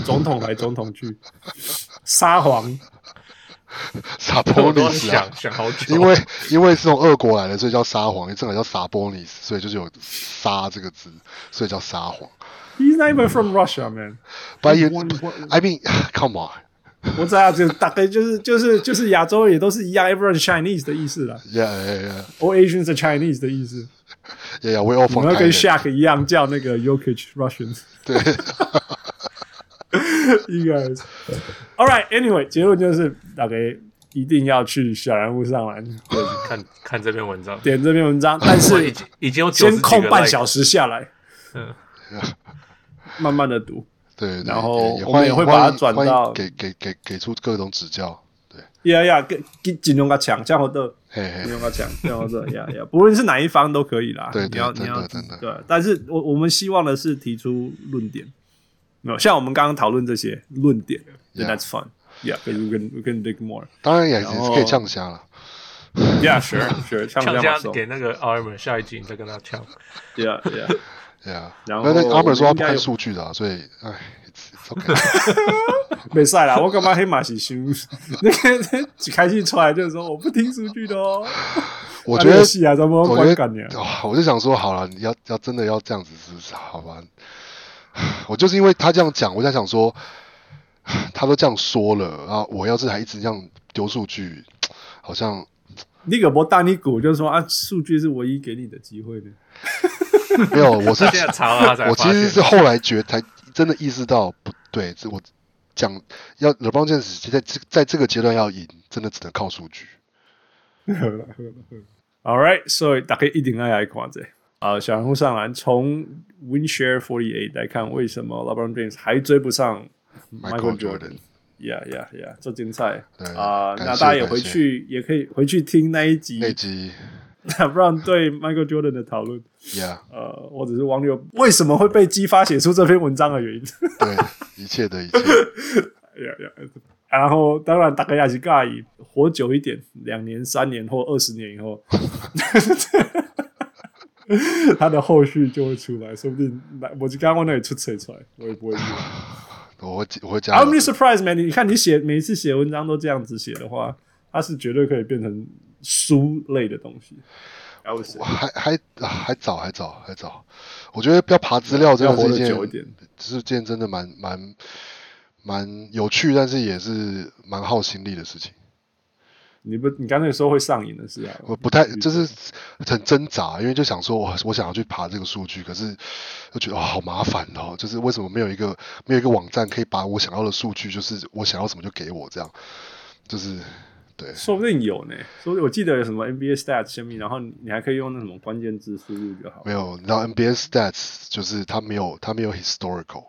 Speaker 1: 总统来总统去，沙皇
Speaker 3: 撒
Speaker 2: 我
Speaker 3: 波
Speaker 2: 都要
Speaker 3: 尼斯啊
Speaker 2: 想，想好久，
Speaker 3: 因为因为是从俄国来的，所以叫沙皇，正好叫撒波尼斯，所以就是有“沙”这个字，所以叫沙皇。
Speaker 1: ，He's not even from Russia, man。
Speaker 3: But you,
Speaker 1: One- one-
Speaker 3: I mean, come on,
Speaker 1: 我知道，就是大概就是就是就是亚洲人也都是一样，everyone Chinese 的意思啦
Speaker 3: yeah, yeah, yeah,
Speaker 1: ，all，Oh, Asians are Chinese 的意思。
Speaker 3: yeah, yeah, we all
Speaker 1: 我
Speaker 3: from
Speaker 1: 们要跟
Speaker 3: Thailand.
Speaker 1: Shaq 一样叫那个 Yokich Russian。
Speaker 3: 对
Speaker 1: You guys, all right. Anyway，结论就是大家一定要去小人物上篮
Speaker 2: 看看这篇文章，
Speaker 1: 点这篇文 章，但
Speaker 2: 我已
Speaker 1: 是
Speaker 2: 经已经有九十
Speaker 1: 先
Speaker 2: 几个
Speaker 1: 空
Speaker 2: like
Speaker 1: 半小时下来，
Speaker 2: 嗯
Speaker 1: 慢慢的读。
Speaker 3: 对对，
Speaker 1: 然后
Speaker 3: 也也
Speaker 1: 我
Speaker 3: 欢
Speaker 1: 们也
Speaker 3: 迎
Speaker 1: 会
Speaker 3: 欢
Speaker 1: 把它
Speaker 3: 迎
Speaker 1: 转
Speaker 3: 欢迎
Speaker 1: 到
Speaker 3: 给给给给出各种指教。
Speaker 1: 呀呀，跟跟金融他抢，这样我的
Speaker 3: 嘿
Speaker 1: 金
Speaker 3: 嘿，
Speaker 1: 融他抢，这样我的呀 呀，不论是哪一方都可以啦。
Speaker 3: 对对
Speaker 1: 你要
Speaker 3: 真
Speaker 1: 你
Speaker 3: 的
Speaker 1: 要
Speaker 3: 真的
Speaker 1: 对，但是我我们希望的是提出论点。那像我们刚刚讨论这些论点
Speaker 3: Yeah.
Speaker 1: ，That's fun. Yeah, but we can we can dig more.
Speaker 3: 当然也也
Speaker 1: 然
Speaker 3: 是可以
Speaker 1: 后
Speaker 3: 呛虾了。
Speaker 1: Yeah, sure, sure. 呛
Speaker 2: 呛
Speaker 1: 马
Speaker 2: 家
Speaker 1: 手
Speaker 2: 给那个 armor 下一集你再跟他呛。
Speaker 1: Yeah, yeah.
Speaker 3: Yeah，
Speaker 1: 然
Speaker 3: 啊那那
Speaker 1: 后
Speaker 3: 阿本说他
Speaker 1: 应
Speaker 3: 不
Speaker 1: 该
Speaker 3: 看
Speaker 1: 有
Speaker 3: 数据的、啊，所以哎 ，it's it's okay，
Speaker 1: 没赛啦，我干嘛黑马是修？那个一开始出来就是说我不听数据的哦。
Speaker 3: 我觉得
Speaker 1: 啊、戏啊，咱们
Speaker 3: 我
Speaker 1: 观
Speaker 3: 觉
Speaker 1: 感呢
Speaker 3: 得，哇我就想说好了，你要要真的要这样子是不是？好吧，我就是因为他这样讲，我在想说，他都这样说了，然后我要是还一直这样丢数据，好像
Speaker 1: 那个博大尼古就是说啊，数据是唯一给你的机会的。
Speaker 3: 没有， 我是
Speaker 2: 他现在 查了他才
Speaker 3: 我
Speaker 2: 发
Speaker 3: 其实
Speaker 2: 现
Speaker 3: 是后来觉才真的意识到不对，这我讲要 LeBron James 在这在这个阶段要赢，真的只能靠数据。
Speaker 1: All right，所以大家一定爱来看这啊，小人物上篮从 Winshare Forty Eight 来看，为什么 LeBron James 还追不上
Speaker 3: Michael Jordan
Speaker 1: Yeah, yeah, yeah，这精彩
Speaker 3: 对
Speaker 1: 啊！
Speaker 3: 感
Speaker 1: 那
Speaker 3: 谢
Speaker 1: 大家也
Speaker 3: 感
Speaker 1: 回
Speaker 3: 谢
Speaker 1: 去，也可以回去听那一集
Speaker 3: 那集
Speaker 1: LeBron 对 Michael Jordan 的讨论。
Speaker 3: ，Yeah，
Speaker 1: 呃，我只是网友为什么会被激发写出这篇文章的原因。
Speaker 3: 对， 一切的一切，
Speaker 1: 呀呀，然后当然大概也是尬意活久一点，两年、三年或二十年以后，他的后续就会出来，说不定来我就刚刚那里出扯出来，我也不会意
Speaker 3: 嗯
Speaker 1: 外。
Speaker 3: 我会我会加
Speaker 1: I'm
Speaker 3: 油
Speaker 1: really。surprised, man！你看你写每一次写文章都这样子写的话，它是绝对可以变成书类的东西。I would say，
Speaker 3: 还还还早，还早，还早。我觉得要爬资料，真
Speaker 1: 要
Speaker 3: 的
Speaker 1: 活
Speaker 3: 是一
Speaker 1: 得
Speaker 3: 件
Speaker 1: 久一点。
Speaker 3: 是件真的蛮蛮蛮有趣，但是也是蛮耗心力的事情。
Speaker 1: 你不，你刚才说会上瘾的是啊，
Speaker 3: 我不太，就是很挣扎，因为就想说我我想要去爬这个数据，可是又觉得、哦、好麻烦哦，就是为什么没有一个没有一个网站可以把我想要的数据，就是我想要什么就给我这样，就是对
Speaker 1: 说不定有呢。说不定我记得有什么 NBA stats 下面，然后你你还可以用那什么关键字输入就好
Speaker 3: 没。有，你知道 NBA stats 就是它没有它没有 historical，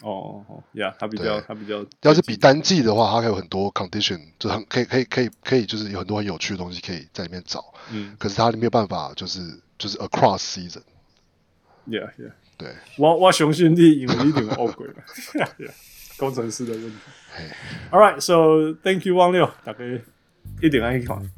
Speaker 1: 哦哦呀，它比较
Speaker 3: 对
Speaker 1: 它比较，
Speaker 3: 要是比单季的话，它还有很多 condition，就很可以可以可以可以，就是有很多很有趣的东西可以在里面找。
Speaker 1: 嗯，
Speaker 3: 可是它没有办法，就是就是 across season。
Speaker 1: 呀呀，
Speaker 3: 对，
Speaker 1: 我我相信你，因为你一定有恶鬼嘛，Yeah, yeah，工程师的问题。All right, so thank you，汪六，大家一定爱看。